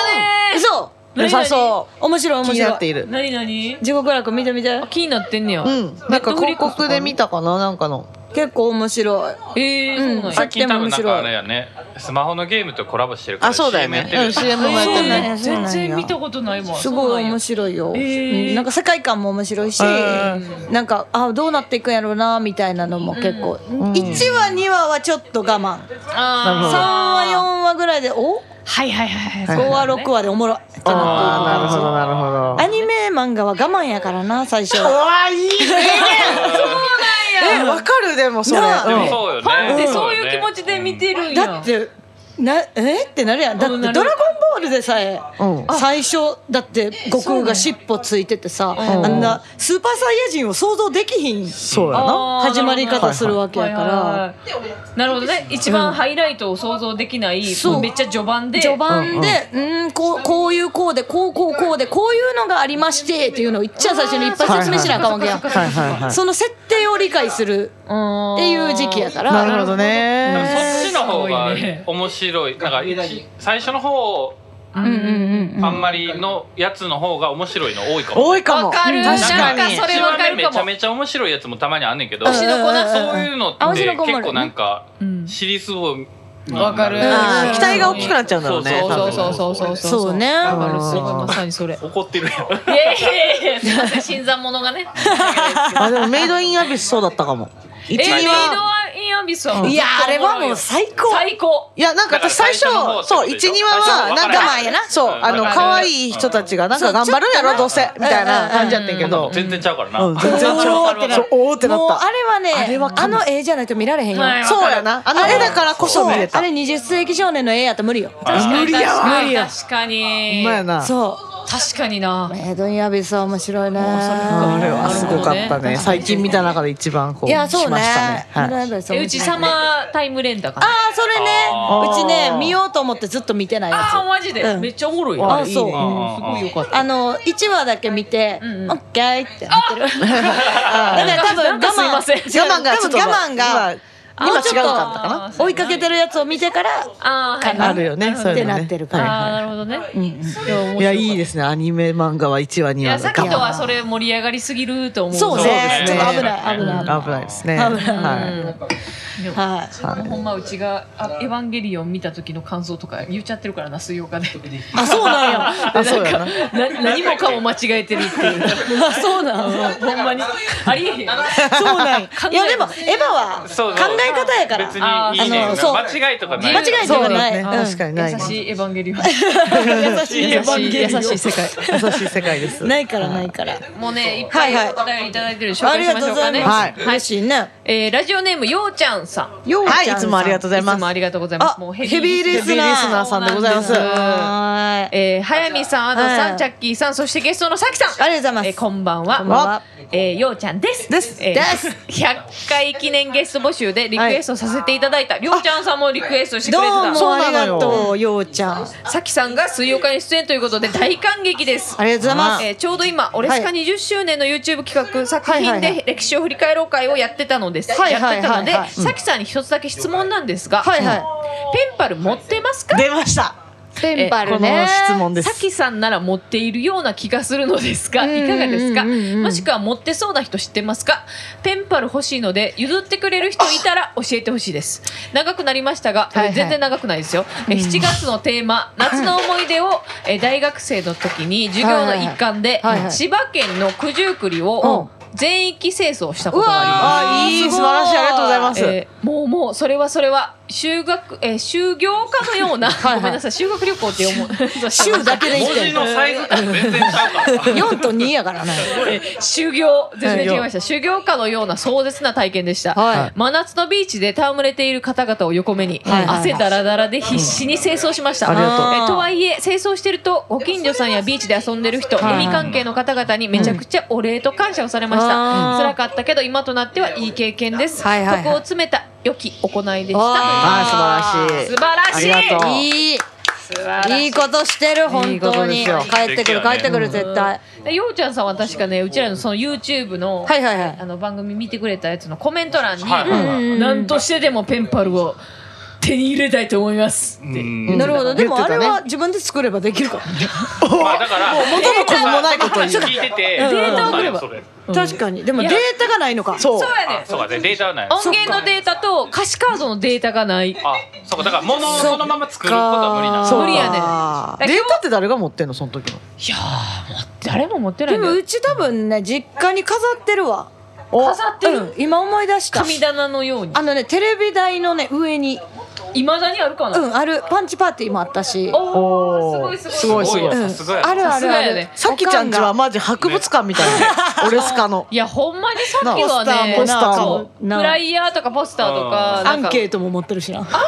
S1: え
S2: そう
S1: 良さそう
S2: 面白い
S3: 気
S2: 面
S3: になって
S2: 白
S3: い
S2: い
S3: る。
S1: 何何
S2: 地獄楽見てみて
S1: 気になってんねや
S3: うん。なんか広告で見たかななんかの。
S2: 結構面白い
S1: ええそうなんや
S4: 最近多分なんかあれやねスマホのゲームとコラボしてるから
S3: あそうだよね
S4: CM や
S3: うん
S4: ってる
S3: CM もやって
S1: そう
S3: る
S1: なん
S3: ね。
S1: や
S2: そうなん
S1: 全
S2: や
S1: 然見たことないもん
S2: すごい面
S1: 白
S2: 白いよ、
S1: えー
S2: うんなんか世界観も面白いし、
S3: う
S2: なんかあどうなっていくんやろうなみたいなのも結構、1話2話はちょっと我慢、
S1: いあ
S2: 3
S3: なる
S2: 話4
S3: ほど
S2: 話ぐらいでお
S1: はいはいはいはい
S2: 5話6話でおもろいって
S3: ああ
S2: な
S3: な
S2: っ
S3: る
S2: て
S3: ほ
S2: る
S3: どなるほど。
S2: アニメ漫画は我慢やからな最初は
S3: わいいね。えわかるでもそれ。
S2: なあ
S4: で
S3: う
S4: も
S3: ん
S4: そうよね
S1: ファンってそういう気持ちで見てるんや
S2: だってなえってなるやんだって
S1: うん
S2: 「
S1: な
S2: ド
S1: る
S2: ラゴンボール」でさえ
S3: うん
S2: 最初だって悟空が尻尾ついててさ
S3: ん
S2: あんなスーパーサイヤ人を想像できひん
S3: そうやな。
S1: あー
S2: 始まり方するわけやか
S1: は
S2: ら
S1: いはいはいなるほどね一番ハイライトを想像できない
S2: そう
S1: めっちゃ序盤で
S2: 序盤でうんこうこういうこうでこうこうこうでこういうのがありましてっていうのをいっちゃ最初にいっぱい説明しなあかんわけやん
S3: はいはいはい。
S2: その設定を理解する
S1: っ
S2: っていう時期やから
S3: なるほど
S4: そ
S3: ね。
S4: っちの方が
S1: すごいね
S4: 面白いなんか一最初の方
S2: うんうんうん
S4: あんまりのやつの方が面白いの多いかも
S3: 多いかも。
S1: わかる
S3: 確か
S1: なん
S3: に
S1: か。それわかるかも
S4: 一番ねめちゃめちゃ面白いやつもたまにあんねんけど
S2: 推しの子な
S4: そういうのって
S2: あ推しの子もある
S4: 結構なんか
S1: うん
S4: 尻すぼ
S1: わかる
S3: うん期待が大きくなっちゃうんだろ
S4: そう
S3: うね。
S4: そう
S1: そう
S4: そ
S1: そうう
S4: そ
S1: そうう
S4: そ
S1: そうう
S2: そ
S1: そううわ
S2: わ
S3: か
S1: か
S3: る
S1: る
S3: す
S1: す
S3: ご
S1: ご
S3: い
S1: い
S3: ま
S1: まさにそれ
S4: 怒ってるやん
S1: いやいやいやいやすいません新参者がね
S3: 多分あでもメイドインアビスそうだったかも。一
S1: えーメイ
S3: 二
S1: ド
S3: は。
S1: インアビスは
S2: うんいやあれはもう最高
S1: 最高
S3: いやなんか私最初
S4: だから最初の方
S3: そう
S4: ってこと
S3: 一
S4: で
S3: 二
S4: しょ最
S3: 話
S4: 初
S3: は
S4: の
S3: なん
S4: 方
S3: か
S4: わからんやな
S3: そう
S4: うん
S3: あの
S4: わかる
S3: 可愛い人たちがなんか頑張るんやろどうせみたいな感じやってんけど。
S4: 全然ちゃうからな、
S3: うん全然違う
S2: おーってな
S3: そうおーってなっ
S2: もう
S3: た
S2: あ。れはねあ
S3: あれは神
S2: の絵じゃないと見られへんよ、
S1: はい
S3: そうやな。あの絵だからこそ見れた。
S2: あれ20世紀少年の絵やったら無理よ
S4: あ
S3: 無理やわ
S1: 確かに確かに
S3: ほんまやな。
S2: そ
S1: 確かにな
S2: うメイドインアビスは面白いね
S3: あれはすごかったね。最近見た中で一番こ
S2: い
S3: うし
S2: や
S3: まし
S2: そう
S3: た
S2: ね
S3: ね。はい
S2: メイドインアビス
S1: え
S2: 面白いう
S1: ちサマータイム連打かな
S2: ああそれね
S4: あ
S3: ー
S2: うちね見ようと思ってずっと見てないや
S1: あー
S2: つ
S1: マジで
S2: うん
S1: めっちゃおもろい
S2: あ
S1: よ
S2: そう
S1: いいね
S4: うん
S1: すごいよかった
S2: あの1話だけ見て、
S1: んうん
S2: オッケーってなってるだから多分
S1: なんかすい
S2: 我慢
S1: ません
S3: 我慢が
S2: 多分我慢が
S3: 今今違うかったかな
S1: あ
S2: 追いかけてるやつを見てから
S1: あー
S2: か
S1: はい
S2: な
S3: あるよねそういうのね
S2: ってなってるから、
S3: はい
S1: あーなるほどねうんうん
S3: いやいい
S1: い
S3: ですねアニメ漫画は1話2
S1: や
S3: 話
S1: さっきとはそれ盛り上がりすぎると思う
S2: そうね
S3: そうですね
S2: ちょっと危ない危ない危ない、
S3: 危ないですね
S2: 危ない
S3: は
S2: はい
S1: ほんまうちが「あエヴァンゲリオン」見た時の感想とか言っちゃってるからな水曜かで
S2: あそうなんや
S3: あそうやな
S1: な何もかも間違えてるっていう
S2: あそうなんや
S1: ほんまにありえへん
S2: そうなんや
S1: 考え
S2: いやでもエヴァは考
S4: そうそう
S2: え方やから
S4: 別にいいね
S2: あのそう
S4: 間違いとかない
S2: 間違い
S3: い
S2: と
S3: そ
S2: か
S3: う
S2: な
S3: だ
S2: い
S3: ね
S2: うん
S3: 確かにない
S1: 優
S3: 優し
S1: しいエヴァンゲリオン
S2: 優しいエヴァンゲリオ
S1: 優
S2: ン
S1: しい世界
S3: い世界です
S2: ないからないから
S1: もうねいっぱ
S2: はいはい
S1: いお便りいただいてるんで紹介しましょうかね
S3: はい
S2: はい、嬉しいね。
S1: えーラジオネームようちゃんさん
S2: ようちゃん
S3: は
S2: さ
S3: い
S2: ん
S3: いつもありがとうござい
S1: い
S3: ま
S1: つ
S3: す
S1: もありがとうございます
S2: あ
S1: もう
S3: ヘビーリスナーさんでございま
S1: そ
S3: す
S1: うなんで
S2: はーい。
S1: えー早見さん、アドさ
S2: は
S1: ん、
S2: い
S1: チャッキーさん、そしてゲストのさきさん。
S2: ありがとうございます
S1: えーこんばんは。
S2: こんばんは
S1: えーようちゃんです。
S3: です
S1: えー
S2: です
S1: 100回記念ゲスト募集でリクエストさせていただいた、りょうちゃんさんもリクエストして
S2: ど
S1: く
S2: う
S1: れてた。
S2: もありが
S3: そうなの
S2: とう、ようちゃん。あり
S1: さきさんが水曜会に出演ということで大感激です。
S2: がとうございます。
S1: えーちょうど今「オレスカ20周年の YouTube 企画作
S2: は
S1: 品
S2: いはいは
S1: で歴史を振り返ろう会をやってたのです、
S2: はいはいはいはい
S1: やってたの
S2: うん
S1: でさきさんに一つだけ質問なんですが、
S2: はいはい
S1: ペンパル持ってますか
S3: 出ました
S2: ペンパル
S3: この
S2: ね。
S3: 質問です
S1: さきさんなら持っているような気がするのですが
S2: うんうんうんうん
S1: いかがですかもしくは持ってそうな人知ってますかペンパル欲しいので譲ってくれる人いた ら教えてほしいです長くなりましたが、
S2: はいはい
S1: 全然長くないですよ、え7月のテー マ夏の思い出を、え大学生の時に授業の一環で、
S2: はいはいはいはい
S1: 千葉県の九十九里を全域清掃したことがあります
S3: あいい
S2: すご
S3: 素晴らしいありがとうございます
S1: えーもうもうそれはそれは修学、えー、修行家のような
S2: いはい
S1: ごめんなさい修学旅行って思 う
S2: 週だけで
S4: 文字のサイズ感全然ちゃうから
S2: 4と2やからね。
S1: えー修行全然違いました修行家のような壮絶な体験でした、
S2: はい
S1: 真夏のビーチで戯れている方々を横目に、
S2: はいはい
S1: 汗だらだらで必死に清掃しました、
S3: ありがとう
S1: えーとはいえ清掃してるとご近所さんやビーチで遊んでる人、
S2: はい
S1: 海関係の方々にめちゃくちゃお礼と感謝をされました、
S2: うん
S1: 辛かったけど今となってはいい経験です、
S2: はいはいはい
S1: 徳を詰めた良き行いでし
S2: わ
S1: た
S3: あー素晴ら
S1: 素晴ら
S3: しい
S1: しい
S3: ありがとう
S2: いい。
S1: 素晴らし
S2: いいことしてる、本当に。
S3: いいことです
S4: よ
S2: 帰ってくる、帰ってくる、絶対。
S1: でようちゃんさんは確かねうちらのその YouTube の、
S2: はいはいはい
S1: あの番組見てくれたやつのコメント欄に、
S4: はいはいはい
S2: うん
S1: なんとしてでもペンパルを手に入れたいと思いますって。
S4: うん
S2: なるほど。で
S3: 言って
S2: もあ
S3: たね
S2: れは自分で作ればできるから。
S4: まあだからもう
S3: 元も子もないことを言う
S4: 聞いててデ
S1: ータを送れば
S2: 確かに。でも
S1: い
S2: デー
S1: や
S2: タがないのか。
S3: そう
S1: そうやね
S4: あそうかねデータはない
S1: 音源のデータと歌詞カードのデータがない。
S4: あそうかだから物をそのまま作ることは無理な
S1: そう
S4: の
S1: 無理やね
S3: あー
S1: だから
S3: データって誰が持ってんのその時の
S1: いやー、もう誰も持ってな
S2: で
S1: いんだ
S2: も
S1: よ
S2: う。ち多分ね、実家に飾ってるわ。
S1: 飾って
S2: う
S1: る
S2: ん、今思い出した。
S1: 神棚のように。
S2: あのね、テレビ台のね、上に、
S1: いまだにあるかな。
S2: うん、ある、パンチパーティーもあったし。
S1: お
S3: おー
S1: ー、すごいすごい。
S3: すごいよ
S2: うん
S4: さすがや
S2: あるあ
S1: さす
S2: る
S1: が
S2: あ
S1: や
S2: る
S1: ね。
S3: さきちゃんちはマジ博物館みたいなオレスカの
S1: いや、ほんまにさっきはね、
S3: ポスターも
S1: そうフ
S2: な
S1: ライヤーとかポスターとか、
S2: ア
S1: なん
S2: ン
S1: か
S2: ケートも持ってるしな。なんか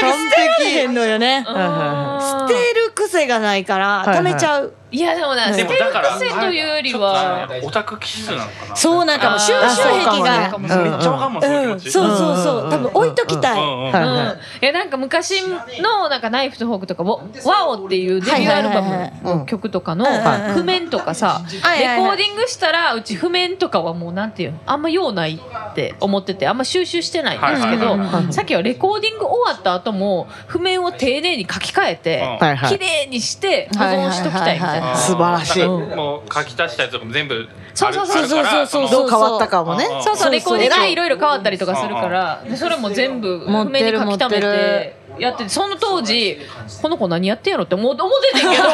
S3: 完
S2: 捨てられへんのよね。
S1: う
S2: 捨
S1: ん
S3: はいは
S2: てる癖がないから、
S3: はい
S2: 貯めちゃう。
S1: いや、でもね、
S4: で
S1: 捨
S4: も
S1: てる
S4: だから
S1: 癖というより
S4: ちょっとあ
S1: は、
S4: れオタク気質なのかな
S2: そうなんかも、
S1: あー
S2: 収集
S3: そうか
S2: 癖
S3: もね
S2: が。
S4: めっちゃわかんもんそういう
S2: うん、
S4: 気
S2: そ
S4: 持
S2: う
S4: ち
S2: そう
S3: うんうんう
S2: そ
S3: ん
S2: う、多分置いときたい。
S4: ん
S3: は
S1: う
S3: い
S1: ん
S3: はい
S1: やなんか昔のなんかナイフとフォークとかワワオっていうデビューアルバムの曲とかの
S2: はいはいはいはいうん
S1: 譜面とかさレコ
S2: はいはいは
S1: ー
S2: い
S1: ディングしたらうち譜面とかはもうなんていうのあんま用ないって思っててあんま収集してないんですけ
S4: はいはい
S3: はいは
S1: ど
S3: い
S1: さっきはレコーディング終わった後も譜面を丁寧に書き換えて
S4: うん
S3: はいは
S1: 綺
S3: い
S1: 麗にして保存しときたいみたい
S4: あー
S3: 素晴らしい
S4: なんかもう書き足したやつとかも全部
S1: そうそうそう
S4: あるから
S2: そうそうそう
S4: の
S3: どう変わったかもね
S4: ああ
S1: そうそうレコーディング
S2: そう
S1: が
S2: そう
S1: いろいろ変わったりとかするからでそれも全部譜面に書き溜めてやっててその当時この子何やってんやろって思う思っててんけど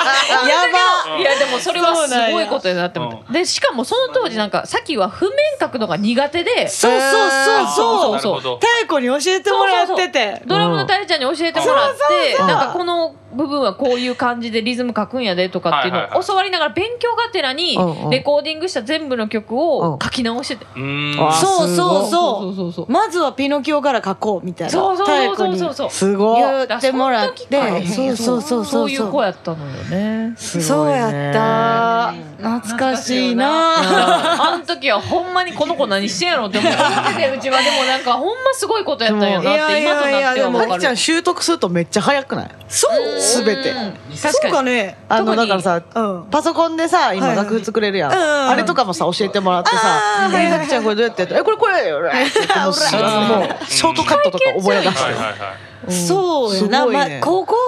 S3: ば
S1: いやでもそれはす
S3: そうなん
S1: ごい
S3: や
S1: ことになって思ってでしかもその当時なんかさっきは譜面書くのが苦手で
S2: そうそうそうそう
S4: なるほど
S2: 太鼓に教えてもらってて
S1: ドラムのタレちゃんに教えてもらっ
S2: そうそう
S1: て
S2: そう
S1: なんかこの部分はこういう感じでリズム書くんやでとかっていう
S4: はいはい
S1: の
S4: は
S1: を
S4: い
S1: 教わりながら勉強がてらに
S3: うんうん
S1: レコーディングした全部の曲を書き直してて
S4: うーん
S3: あー
S2: そうそう
S1: そ
S2: そう
S1: そうそう
S2: うまずはピノキオから書こうみたいな
S1: そうそうそう
S2: 太
S1: そ
S2: 鼓
S1: う
S2: に
S1: そうそう
S3: すごい
S2: 言ってもらっ
S1: だから
S2: て
S1: そ
S2: そ
S1: の時から
S2: うそうそう
S1: そ
S2: そうう
S1: いう子やったのよね。
S3: すごいね
S2: そうやった懐かしいな
S1: あの時はほんまにこの子何してんやろって思っててうちはでもなんかほんますごいことやったんやなって今となっては
S3: ま
S1: 分か
S3: き
S1: る
S3: ちゃん習得するとめっちゃ早くない
S2: そう
S3: すべて
S1: うん
S2: そ
S1: 確
S2: うか
S1: かに
S2: ね
S3: あの
S1: 特
S3: だ
S1: に
S3: からさ
S2: うん
S3: パソコンでさ
S2: は
S3: 今
S2: い
S3: 楽譜作れるやん、
S2: うんうんうん
S3: あれとかもさ教えてもらって
S2: あ
S3: さ「
S2: ーはいはい
S3: えまきちゃんこれどうやって?」って「えこれこれ!」って言ってもうシ
S4: あー
S3: もうショートカットとか覚え出し
S4: は
S3: て
S4: いはいはい
S2: そうや
S3: す
S2: な
S3: ごい
S2: まあ
S3: ね
S2: 高校が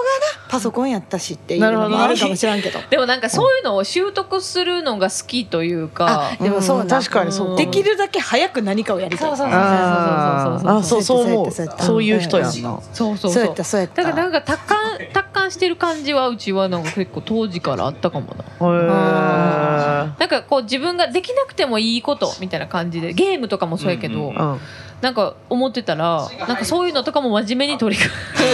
S2: なパソコンやったしっていうのもあるかもしらんけど
S1: でもなんかそういうのを習得するのが好きというか
S2: あでもそうなん
S3: 確かにそう
S1: うん
S3: か
S2: できるだけ早く何かをやりたい
S1: そうそうそう
S3: あーあ
S1: そ
S3: そううそう思う
S2: そうやった
S3: そういう人やんな
S1: そうそうそうそう
S2: そう
S1: そう
S2: やったそうやった
S1: だからなんか達観達観してる感じはうちはなんか結構当時からあったかもな
S3: へー
S1: なんかこう自分ができなくてもいいことみたいな感じでゲームとかもそうやけど、
S4: うんうん
S3: うん
S1: なんか思ってたらなんかそういうのとかも真面目に取り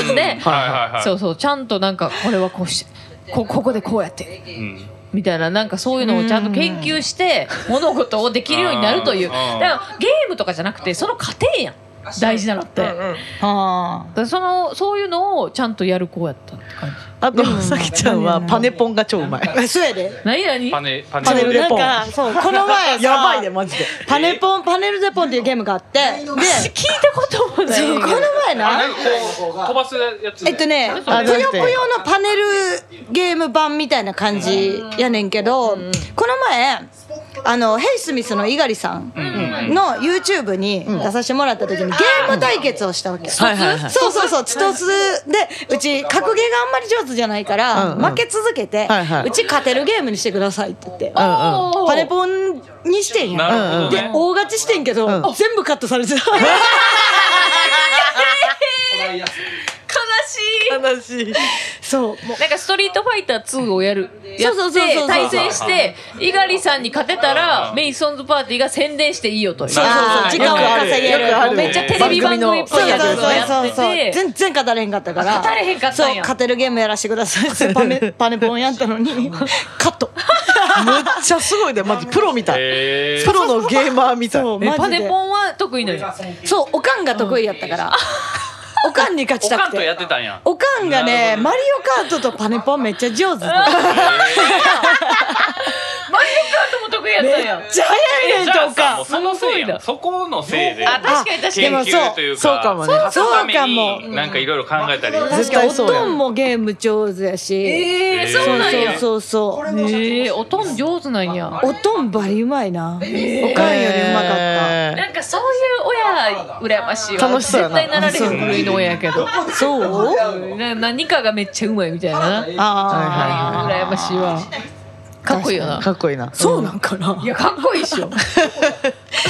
S1: 組んで
S4: はいはいはい
S1: そうそうちゃんとなんかこれはこうしこここでこうやって
S4: うん
S1: みたいななんかそういうのをちゃんと研究して物事をできるようになるというだ
S4: う
S1: か
S4: ん
S1: らゲームとかじゃなくてその過程やん大事なのってだか
S2: あ
S1: らそのそういうのをちゃんとやる子やったって感じ
S3: あとさきちゃんはパネポンが超うまい
S2: あそうやで
S1: 何何
S4: パネパ
S3: パネ
S4: ネ
S3: ル
S4: ル
S3: で
S2: なん
S3: ポン
S2: かそうこの前 さ
S3: やばいねマジで
S2: パネポンパネルデポンっていうゲームがあってで
S1: 聞いたこともない
S2: そうこの前
S4: あな
S2: なん
S4: かこう飛ばすやつ
S2: えっとね
S1: それ
S2: ぷよぷよのパネルゲーム版みたいな感じやねんけどこの前あのヘイスミスの猪狩さんの YouTube に出させてもらった時にゲーム対決をしたわけ。
S3: はいはいはい
S2: そうそうそう、ツトスで、うち、格ゲーがあんまり上手じゃないから、
S3: うんうん
S2: 負け続けて、
S3: はいはいう
S2: ち勝てるゲームにしてくださいって言って、
S3: うんうん
S1: おー
S2: パネポンにしてんや。
S4: なるほど
S2: で
S4: ね、
S2: 大勝ちしてんけど、
S3: ん
S2: 全部カットされてた。
S1: 悲しい
S3: 悲しい
S2: そう。
S1: なんかストリートファイター2をやる。や
S2: そ
S1: っ
S2: うそうそうそ
S1: て
S2: う
S1: 対戦して、猪狩さんに勝てたら、メイソンズパーティーが宣伝していいよという。
S4: そうそうそう
S2: あー時間を稼げる
S3: よくある
S1: めっちゃテレビ番組っぽ
S2: そう
S1: い
S2: そ
S1: や
S2: う
S1: つ
S2: そう
S1: をや
S2: そ
S1: っ
S2: う
S1: て
S2: そう
S1: て。
S2: 全然勝たれへんかったから
S1: 勝たれへんかったんや
S2: そう勝てるゲームやらしてくださいってパネパネポンやったのにカット
S3: むっちゃすごいねマジプロみたい
S4: え
S3: プロのゲーマーみたい
S2: そう
S1: えパ
S2: マジ
S1: ネ
S2: で
S1: ポンは得意なのよ。
S2: そうおかんが得意やったからおかんに勝
S4: お
S2: ちた
S4: か
S2: く
S4: んとや
S2: て
S4: ってたんや
S2: おかんが
S4: な
S2: ね
S4: るほど
S2: マリオカートとパネポンめっちゃ上手でめ
S1: マリオカートも得意やったんや。
S2: っちゃ早いねん
S4: じゃ
S2: と
S4: あ
S2: お
S4: さも
S2: か
S4: うんそのせいやんそこのせいで
S1: あ、確かに確か
S4: 研
S1: に。
S2: もそう
S4: 究というか
S3: そうかもね
S2: そう
S4: 勝つために
S2: そうかも
S4: なんかいろいろ考えたり
S3: 絶
S2: お
S3: 対そうや
S2: とん
S3: ん
S2: もゲーム上手やし
S1: ええ、
S4: ー
S1: そうなんや。
S2: そうそうそう
S1: ええ、おとん上手なんや。
S2: おとんばりうまいなおかんよりうまかった
S3: えー
S1: なんかそういう親羨ましいわ。
S3: 楽しそうや
S1: 絶
S3: な
S1: 対なられへん古いの親やけど。
S2: そう
S1: な何かがめっちゃうまいみたいな。
S2: あ
S1: ああ、羨ましいわ。かっこいいよな。
S3: かっこいいな
S2: そうなんかない
S1: や、かっこいいっしょ。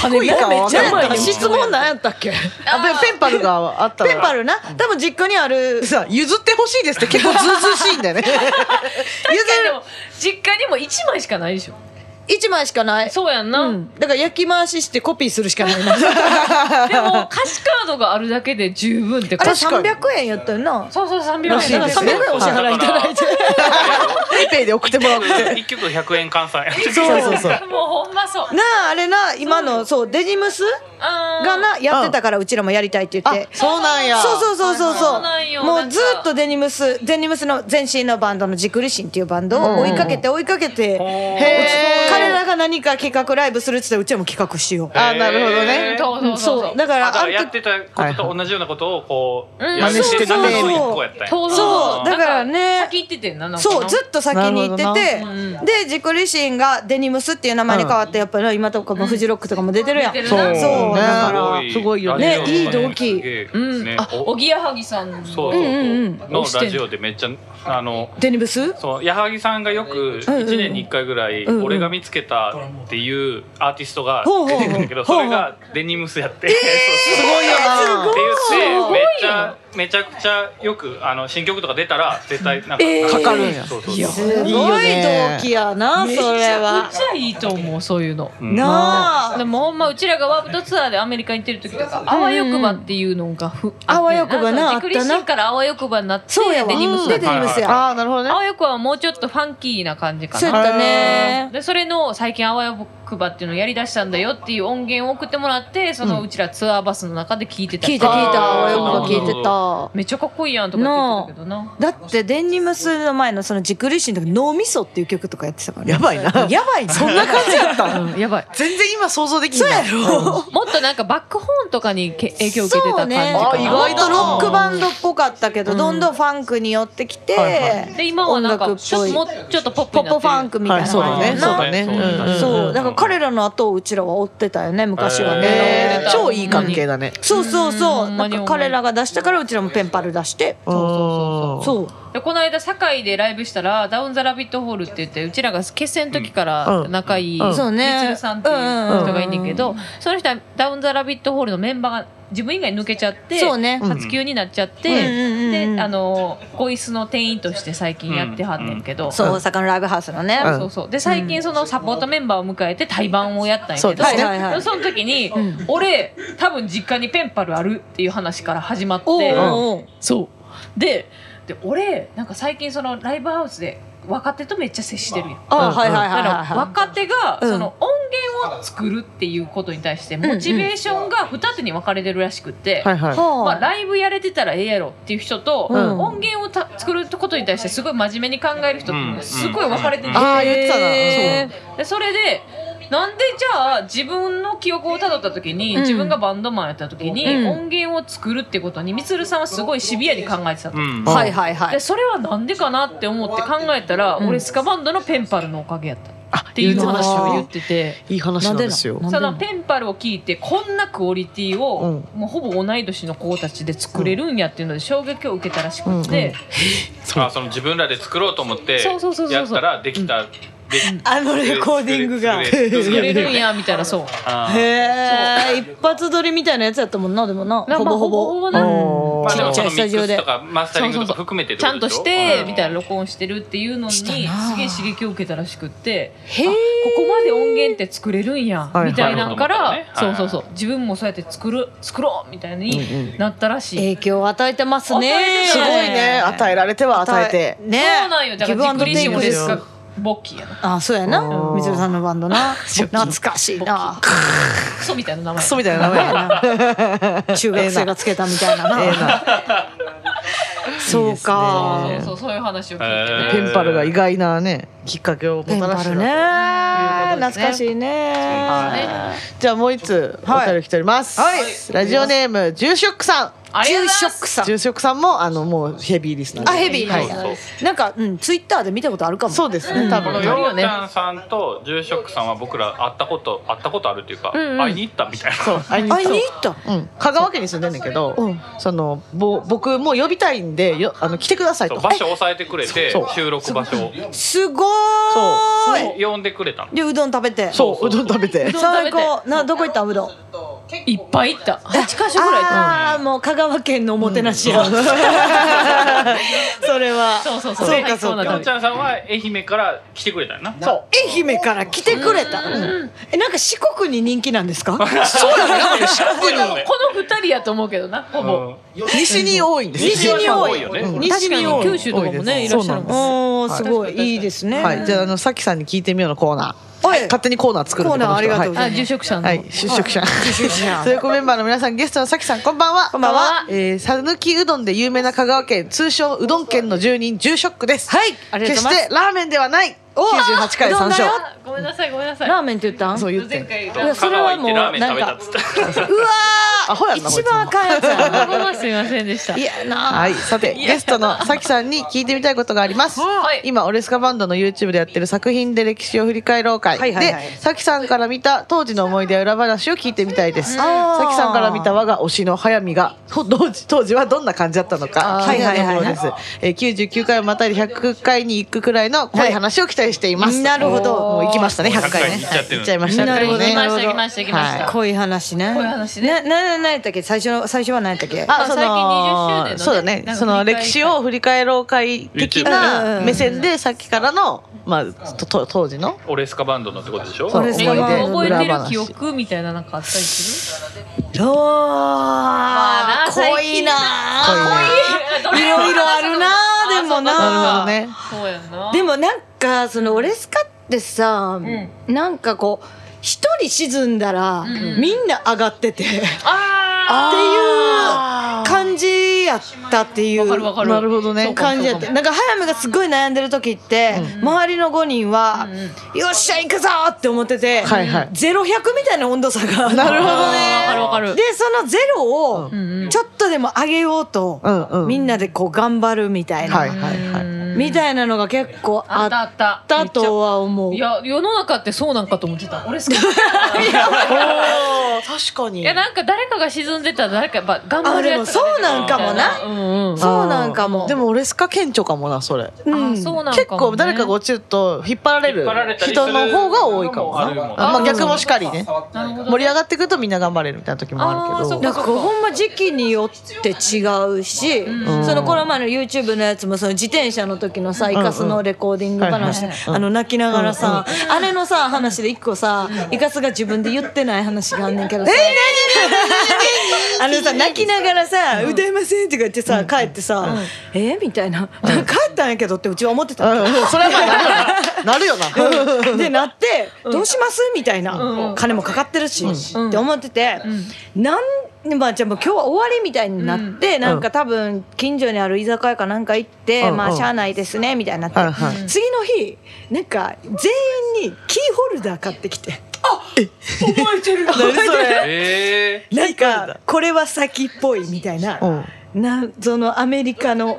S1: 金
S3: こいいか
S1: めっちゃうまいよ。
S2: 質問なんやったっけ
S3: あペペンパルがあった
S2: ペンパ
S3: ル
S2: ルな多分実家にある
S3: さ譲ってほしいですって結構ずうずうしいんだよ ね
S1: 確かにでも実家にも一枚しかないでしょ。
S2: 一枚しかない
S1: そうやんな。
S2: うんだから焼き回ししてコピーするしかないな
S1: でも、歌詞カードがあるだけで十分って
S2: あれ
S1: 感じ。
S3: 確かに
S2: 300円やったよな
S1: そうそう、300円
S3: らしい
S2: だから
S3: です
S2: 300
S3: ね
S2: 円お支払いいただいて
S3: ペイペイで送ってもらって
S4: 一曲100円 換算や
S3: そうそうそう
S1: もうほんまそう。
S2: なああれな今のそうデニムス
S1: あー
S2: がなやってたからうちらもやりたいって言っ
S3: あ
S2: て
S3: そうなんや
S2: そうそうそうそう
S1: そ
S2: そう
S1: なんよ
S2: うもうずっとデニムスデニムスの前身のバンドのジクリシンっていうバンドを追いかけて追いかけて
S3: へー
S2: 買れ
S3: 彼らが何か企画ライブするって言ったらうちはもう企画しよう。
S4: あ
S3: あなるほどね。
S1: そうそうそうそう
S2: だか
S4: あだ
S2: ら
S4: か
S2: あ
S4: ら
S2: ん
S4: やっ
S2: 時
S4: てたことと同じようなことをこう、
S1: はいはい
S4: やっ
S3: 真似して
S4: て
S3: て
S4: 中の一個やったんや
S1: そう
S2: そうだからね
S1: 先行っててんななんかな
S2: そうずっと先に行ってて
S1: なるほどな
S2: で自己理心がデニムスっていう名前に変わってやっぱり今とかもフジロックとかも出てるやん
S1: 出てる
S3: そう
S1: な
S2: そう
S3: ね
S2: だから
S3: すごいよ
S2: ね
S4: ラジオ
S2: いい動機
S4: すげえ
S1: うん
S4: ね
S1: あおぎやはぎさんの
S4: そ
S2: う
S4: うそうそ
S2: んう
S4: う
S2: ん
S4: のラジオでめっちゃあの
S2: デニムス
S4: そう矢作さんがよく
S2: うんうん
S4: 1年に1回ぐらい
S2: うんうん
S4: 俺が見つけたっていうアーティストが
S2: ほうほう
S4: 出てくるんだけ
S2: ほ
S4: ど
S2: う
S4: そ
S2: ほう
S4: れがデニムスやってそう
S3: すごいよ
S4: っ
S3: な。
S4: て言ってめっち
S1: すごい
S4: ゃめちゃくちゃよくあの新曲とか出たら絶対なんか
S2: えー
S4: なん
S3: かかるんや
S4: そうそう
S1: いや
S4: そう
S2: すごい
S3: いいよね
S2: 動機やな
S1: めち
S2: それ
S1: ゃ
S2: は
S1: くちゃいいと思うそういうの。
S4: うん
S2: なあ
S1: でもほんまうちらがワープドツアーでアメリカに行ってる時とかあわよくばっていうのがふ
S2: あわよくばな
S1: あったなジクリシンからあわよくばになって
S2: そうやわ
S1: デニムス
S2: で
S1: だ
S2: デニムスや
S3: あーなるほどね
S1: あ。わよくばはもうちょっとファンキーな感じか
S2: そう
S1: な
S2: やったね
S1: でそれの最近あわよくばっていうのをやりだしたんだよっていう音源を送ってもらってそのうちらツアーバスの中で聞いてた
S2: 聞いた聞いた
S4: あー
S2: あわよくば聞いてた
S1: めっちゃかっこいいやんとか言ってたけどな
S2: だってデニムスの前のその自己理心とか脳みそっていう曲とかやってたからね
S3: やばいな。
S2: やばいそんな感じやった
S1: うんやばい
S3: 全然今想像できんない。
S1: もっとなんかバックホーンとかにけ影響を受けてた感じかな
S3: そうねあ意外
S2: もっ
S3: だ
S2: と
S3: な
S2: ロックバンドっぽかったけど、
S1: うん
S2: どんどんファンクに寄ってきて、
S3: はいは
S1: で今はなんかちょっともうちょっとポップ
S2: ポ
S1: になって
S2: ップ
S1: る
S2: ファンクみたいな
S3: はいそうだね。
S2: 感
S3: そ
S2: じやな
S3: うだね。うんうん
S2: そうだから彼らの後をうちらは追ってたよね昔はね、
S3: え
S1: へ
S3: ー超いい関係だね。
S2: そうそうそううんなんか彼らが出したからうちらもペンパル出して
S3: そう
S2: そう
S1: でこの間堺でライブしたらダウン・ザ・ラビット・ホールって言ってうちらが決戦の時から
S3: うん
S1: 仲いい、
S3: うん
S2: そうね
S1: みつるさんっていう人がいんねんけど、
S2: うん
S1: その人はダウン・ザ・ラビット・ホールのメンバーが自分以外抜けちゃって
S2: そうね
S1: 初級になっちゃって、
S2: うんうんうん
S1: であのゴイスの店員として最近やってはんねんけど、
S2: そう大阪のライブハウスのね、
S3: うん
S1: そうそうで最近そのサポートメンバーを迎えて対バンをやったんや
S3: そう
S1: け
S3: で
S1: ど
S3: すね
S2: はいはいはい
S1: その時に、
S2: ん
S1: 俺多分実家にペンパルあるっていう話から始まって
S2: おうおう
S1: そうでで俺なんか最近そのライブハウスで若手とめっちゃ接してるやん。
S2: あ、
S3: うん
S2: はいはい
S1: だか
S2: はいはい
S1: ら
S2: は
S1: 若手が
S2: うん
S1: その音源を作るっていうことに対してモチベーションが2つに分かれてるらしくって、
S3: はいはいい。
S2: は
S1: まあ、
S2: あ
S1: ライブやれてたらええやろっていう人と、
S2: うん
S1: 音源をた作ることに対してすごい真面目に考える人ってすごい分かれてて、
S4: うん
S3: ああ言ってたな。
S2: へー
S1: でそれでなんでじゃあ自分の記憶をたどった時に、
S2: うん
S1: 自分がバンドマンやった時に、
S2: うん
S1: 音源を作るってことにみつるさんはすごいシビアに考えてたと、
S4: うん
S3: あ
S2: はいはいはい
S1: でそれはなんでかなって思って考えたら、
S2: うん
S1: 俺スカバンドのペンパルのおかげやったっ
S3: あ
S1: ていう話を言ってて。
S3: いい話なんですよ。
S2: なん
S1: そ
S2: で
S1: のペンパルを聞いてこんなクオリティを、もうほぼ同い年の子たちで作れるんやっていうので衝撃を受けたらしくて、
S4: あその自分らで作ろうと思って
S1: そうそうそうそう
S4: やったらできたでき
S2: あのレコーディングが
S4: 作れ作れ
S1: 作れるんやみたいなそう
S4: あー
S2: へえ一発撮りみたいなやつやったもんなでもな
S1: な
S2: ほ
S1: まあ
S2: ぼほぼ
S1: な
S3: お
S4: まあでも
S2: ちっちゃい
S4: そ
S2: ス
S4: のミ
S2: タ
S4: ッ
S2: ジオ
S4: ク
S2: で
S4: スとかマスタリングとか含めてって
S1: ちゃ
S4: こ
S1: ん
S4: で
S1: と
S4: ょ
S1: して
S4: うん
S1: みたいな録音してるっていうのにす
S2: した
S1: げえ
S2: な
S1: 刺激を受けたらしくって
S2: へえ
S1: あここまで音源って作れるんや
S3: はい
S1: みたいなんか
S4: な
S1: ら
S4: るほど
S1: そ
S4: ね
S1: うそうそう自分もそうやって作る作ろうみたい
S3: うんうん
S1: になったらしい
S2: 影響を与えてますね
S1: 与えて
S3: す
S1: る
S3: ごいね。与えられては与えて。
S2: ね
S1: そうなんよだ
S2: ギ
S1: か
S2: ブア
S1: ら
S2: ン
S1: ジ
S2: ド
S1: ク
S2: テ
S1: リシ
S2: イ
S1: ン
S2: クで
S1: ですす
S2: よ
S1: かボッキーやな
S2: あそうやな
S3: うん
S2: みつるさんのバンドな懐かしいな
S1: クソみたいな名
S3: ク
S1: 前
S3: ソみたいな名前やな。
S2: 中学生がつけたみたいなな
S3: ええな。そうか。
S1: そうそうそういう話を聞いて
S4: へ
S1: ね
S4: ー
S3: ペンパルが意外なねきっかけをも
S2: ペン
S3: たら
S2: パ
S3: して
S2: ル
S3: る。
S2: ね懐かし
S1: ね
S2: いね
S3: じゃあもう一つお便り来ております。
S2: はい
S3: ラジオネームジューショックさん。
S1: ありがとう
S2: 中
S1: ござい
S2: ショ
S1: ま
S2: ック
S1: す
S2: さん
S3: ジューショックさんもあのもうヘビーリスナーです。
S2: あヘビー
S3: は
S2: ないんやなんかうんツイッターで見たことあるかも
S3: そうですね。多
S4: こ
S3: 分
S4: の
S1: ん
S4: ようちゃんさんと住職さんは僕ら会ったこと会ったことあるっていうか、
S1: んうん
S4: 会いに行ったみたいな
S3: そう会いに行っ
S2: 会い
S3: た
S2: に行った
S3: うん、香川県に住んでんねんけど、
S2: うん
S3: そのぼ僕もう呼びたいんでよあの来てください
S4: そ
S3: と
S4: う場所を押さえてくれて
S3: そう
S4: 収録場所を
S2: すご
S3: そう
S2: ーい
S4: 呼んでくれたの
S2: でうどん食べて
S3: そううどん食べて
S1: どん
S2: 最高などこ行ったんうどん
S1: いっぱい行った8か所ぐらい行った
S2: ああーもう香川県のおもてなしや それは
S1: そうそうそう
S3: そうかそう
S1: 最高
S3: か
S4: よ
S1: な
S4: うち
S1: 旅
S4: ゃんさんは愛媛から来てくれたよな
S3: そう
S2: 愛媛から来てくれたえなんか四国に人気なんですか
S3: そうなのよなんか四国に
S1: この2人やと思うけどなほぼ
S4: うん
S3: 西に多いんですよ
S2: 西に多い
S4: よね
S3: うん
S1: 確かに九州とかもねいらっしゃるもんね
S2: おーすごいいいですね
S3: はいじゃああのさきさんに聞いてみようのコーナー、
S2: はい
S3: 勝手にコーナー作るんで
S2: コーナー
S3: この人
S2: ありがとうございます
S1: あ住職者の
S3: はい、出 職者。出
S2: 職 者
S3: というメンバーの皆さん、ゲストのさきさん、こんばんは。こ
S1: んばんは
S3: えー、さぬきうどんで有名な香川県、通称うどん県の住人、住職です。
S2: はいありがとうございます
S3: 決してラーメンではない。 98回
S2: うど
S3: 参
S2: んだ
S3: 照
S2: よ
S1: ごめんなさいごめんなさい
S2: ラーメンって言ったん
S3: そうう言っ
S1: 前
S3: て
S1: 回
S2: いやそ
S4: 香
S2: れ
S4: 川
S2: は
S4: 行っ
S2: も
S4: て
S2: う
S4: ラーメン
S2: な
S4: 食
S2: ん
S4: べた
S2: か
S4: っつった
S3: アホやんなこ
S2: 一
S3: いつも
S2: 番あかんやつやな
S1: ごめんすみませんでした
S2: いやなあ
S3: はい、さてゲストのさきさんに聞いてみたいことがあります。
S1: はい
S3: 今オレスカバンドの YouTube でやってる作品で歴史を振り返ろう会、
S2: はいはいはい
S3: でさきさんから見た当時の思い出や裏話を聞いてみたいです。
S2: あー
S3: さきさんから見た我が推しの速水が当時当時はどんな感じだったのか
S2: あー
S3: 気になるところです。えー99回をまたり100回に行くくらいの濃い話を期待しています。
S2: はいなるほど
S3: もう行きましたね100回ね。
S4: 100回行っちゃってる
S3: 行っちゃいました
S2: なるほど
S3: ね。
S2: なるほど
S1: 行きました行きました行きました
S2: こういう話ね
S1: こういう話ね
S2: なな何やったっけ最初の最初は何やったっけ
S1: あ最近20周年のね
S3: そうだね
S1: なんか
S3: その歴史を振り返ろう会的な
S2: YouTube
S3: 目線でさっきからの、まあ、とと当時の
S4: オレスカバンドのってことでしょ
S3: そう
S2: オレスカバンド
S1: え
S3: 思い
S1: 覚えて
S3: 出
S1: る
S3: 裏話
S1: 記憶みたいななんかあったりする
S2: そう
S1: あな
S2: 濃
S1: 最
S2: い
S1: 近
S2: な
S1: 濃
S2: いろいろあるなでもな
S3: なるほどね
S1: そうやんな
S2: で
S1: も
S2: もなんかそのオレスカってさ、
S1: う
S2: なんかこう一人沈んだら、
S1: ん
S2: みんな上がってて
S1: あ
S2: っていう感じやったっていう
S1: ーわかるわかる
S3: なるほどね
S1: そうかも
S2: 感じやっ
S1: そ
S2: て
S1: うか
S2: なんか早見がすごい悩んでる時って、周りの5人は、よっしゃ行くぞーって思ってて、
S3: はいはい
S2: ゼロ百みたいな温度差が
S3: なるほ
S1: も
S3: ど
S1: わ
S3: ね
S1: かるわかる
S2: でそのゼロを
S1: んうん
S2: ちょっとでも上げようと、
S3: うんうん
S2: みんなでこう頑張るみたいな、
S3: はいはいはい
S2: みたいなのが結構
S1: あ
S2: あ
S1: っ
S2: っ
S1: あ
S2: たた
S1: った
S2: とは思う
S1: い。や世の中ってそうなんかと思ってた俺好きい
S3: 確かに
S1: やなんか誰かが沈んでたら誰かやっぱ頑張
S2: あ
S1: る
S2: で
S1: や
S2: も
S1: つ
S2: そうなんかもな。
S1: うんうん
S2: そうなんかも。
S3: でも俺スカ顕著かもなそれ、
S1: あそうなんかもね
S3: 結構誰かが落ちると引っ張られる
S4: 引っ張られたりする
S3: 人の方が多いかもな
S4: のもあるもん
S3: あまあ、逆もしかりね
S1: なるほど
S3: 盛り上がってくるとみんな頑張れるみたいな時もあ
S1: あー
S3: るけ
S1: そ
S3: ど
S1: っか
S2: なんかこうほんま時期によって違うし、
S3: ん
S2: そのこの前の YouTube のやつもその自転車の時のさイカスのレコーディング話、
S3: はいはい
S2: あの泣きながらさ、あれのさ話で一個さイカスが自分で言ってない話があんねんけどさ、あのさ泣きながらさ「歌いません」とか言ってさ帰ってさ「えみたいな「 帰ったんやけど」ってうちは思ってたの
S3: うんうんそれはまあなるよな なるよな
S2: でなって「どうします?」みたいな金もかかってるしって思っててなんまあじゃあもう今日は終わりみたいになってなんか多分近所にある居酒屋かなんか行って
S3: うん
S2: ま
S3: う
S2: あ
S3: ん
S2: しゃあないですねみたいになって
S3: はいはい
S2: 次の日なんか全員にキーホルダー買ってきて
S3: 何それ
S4: ええ
S2: なんかこれは先っぽいみたいな
S3: うん
S2: 謎のアメリカの
S1: う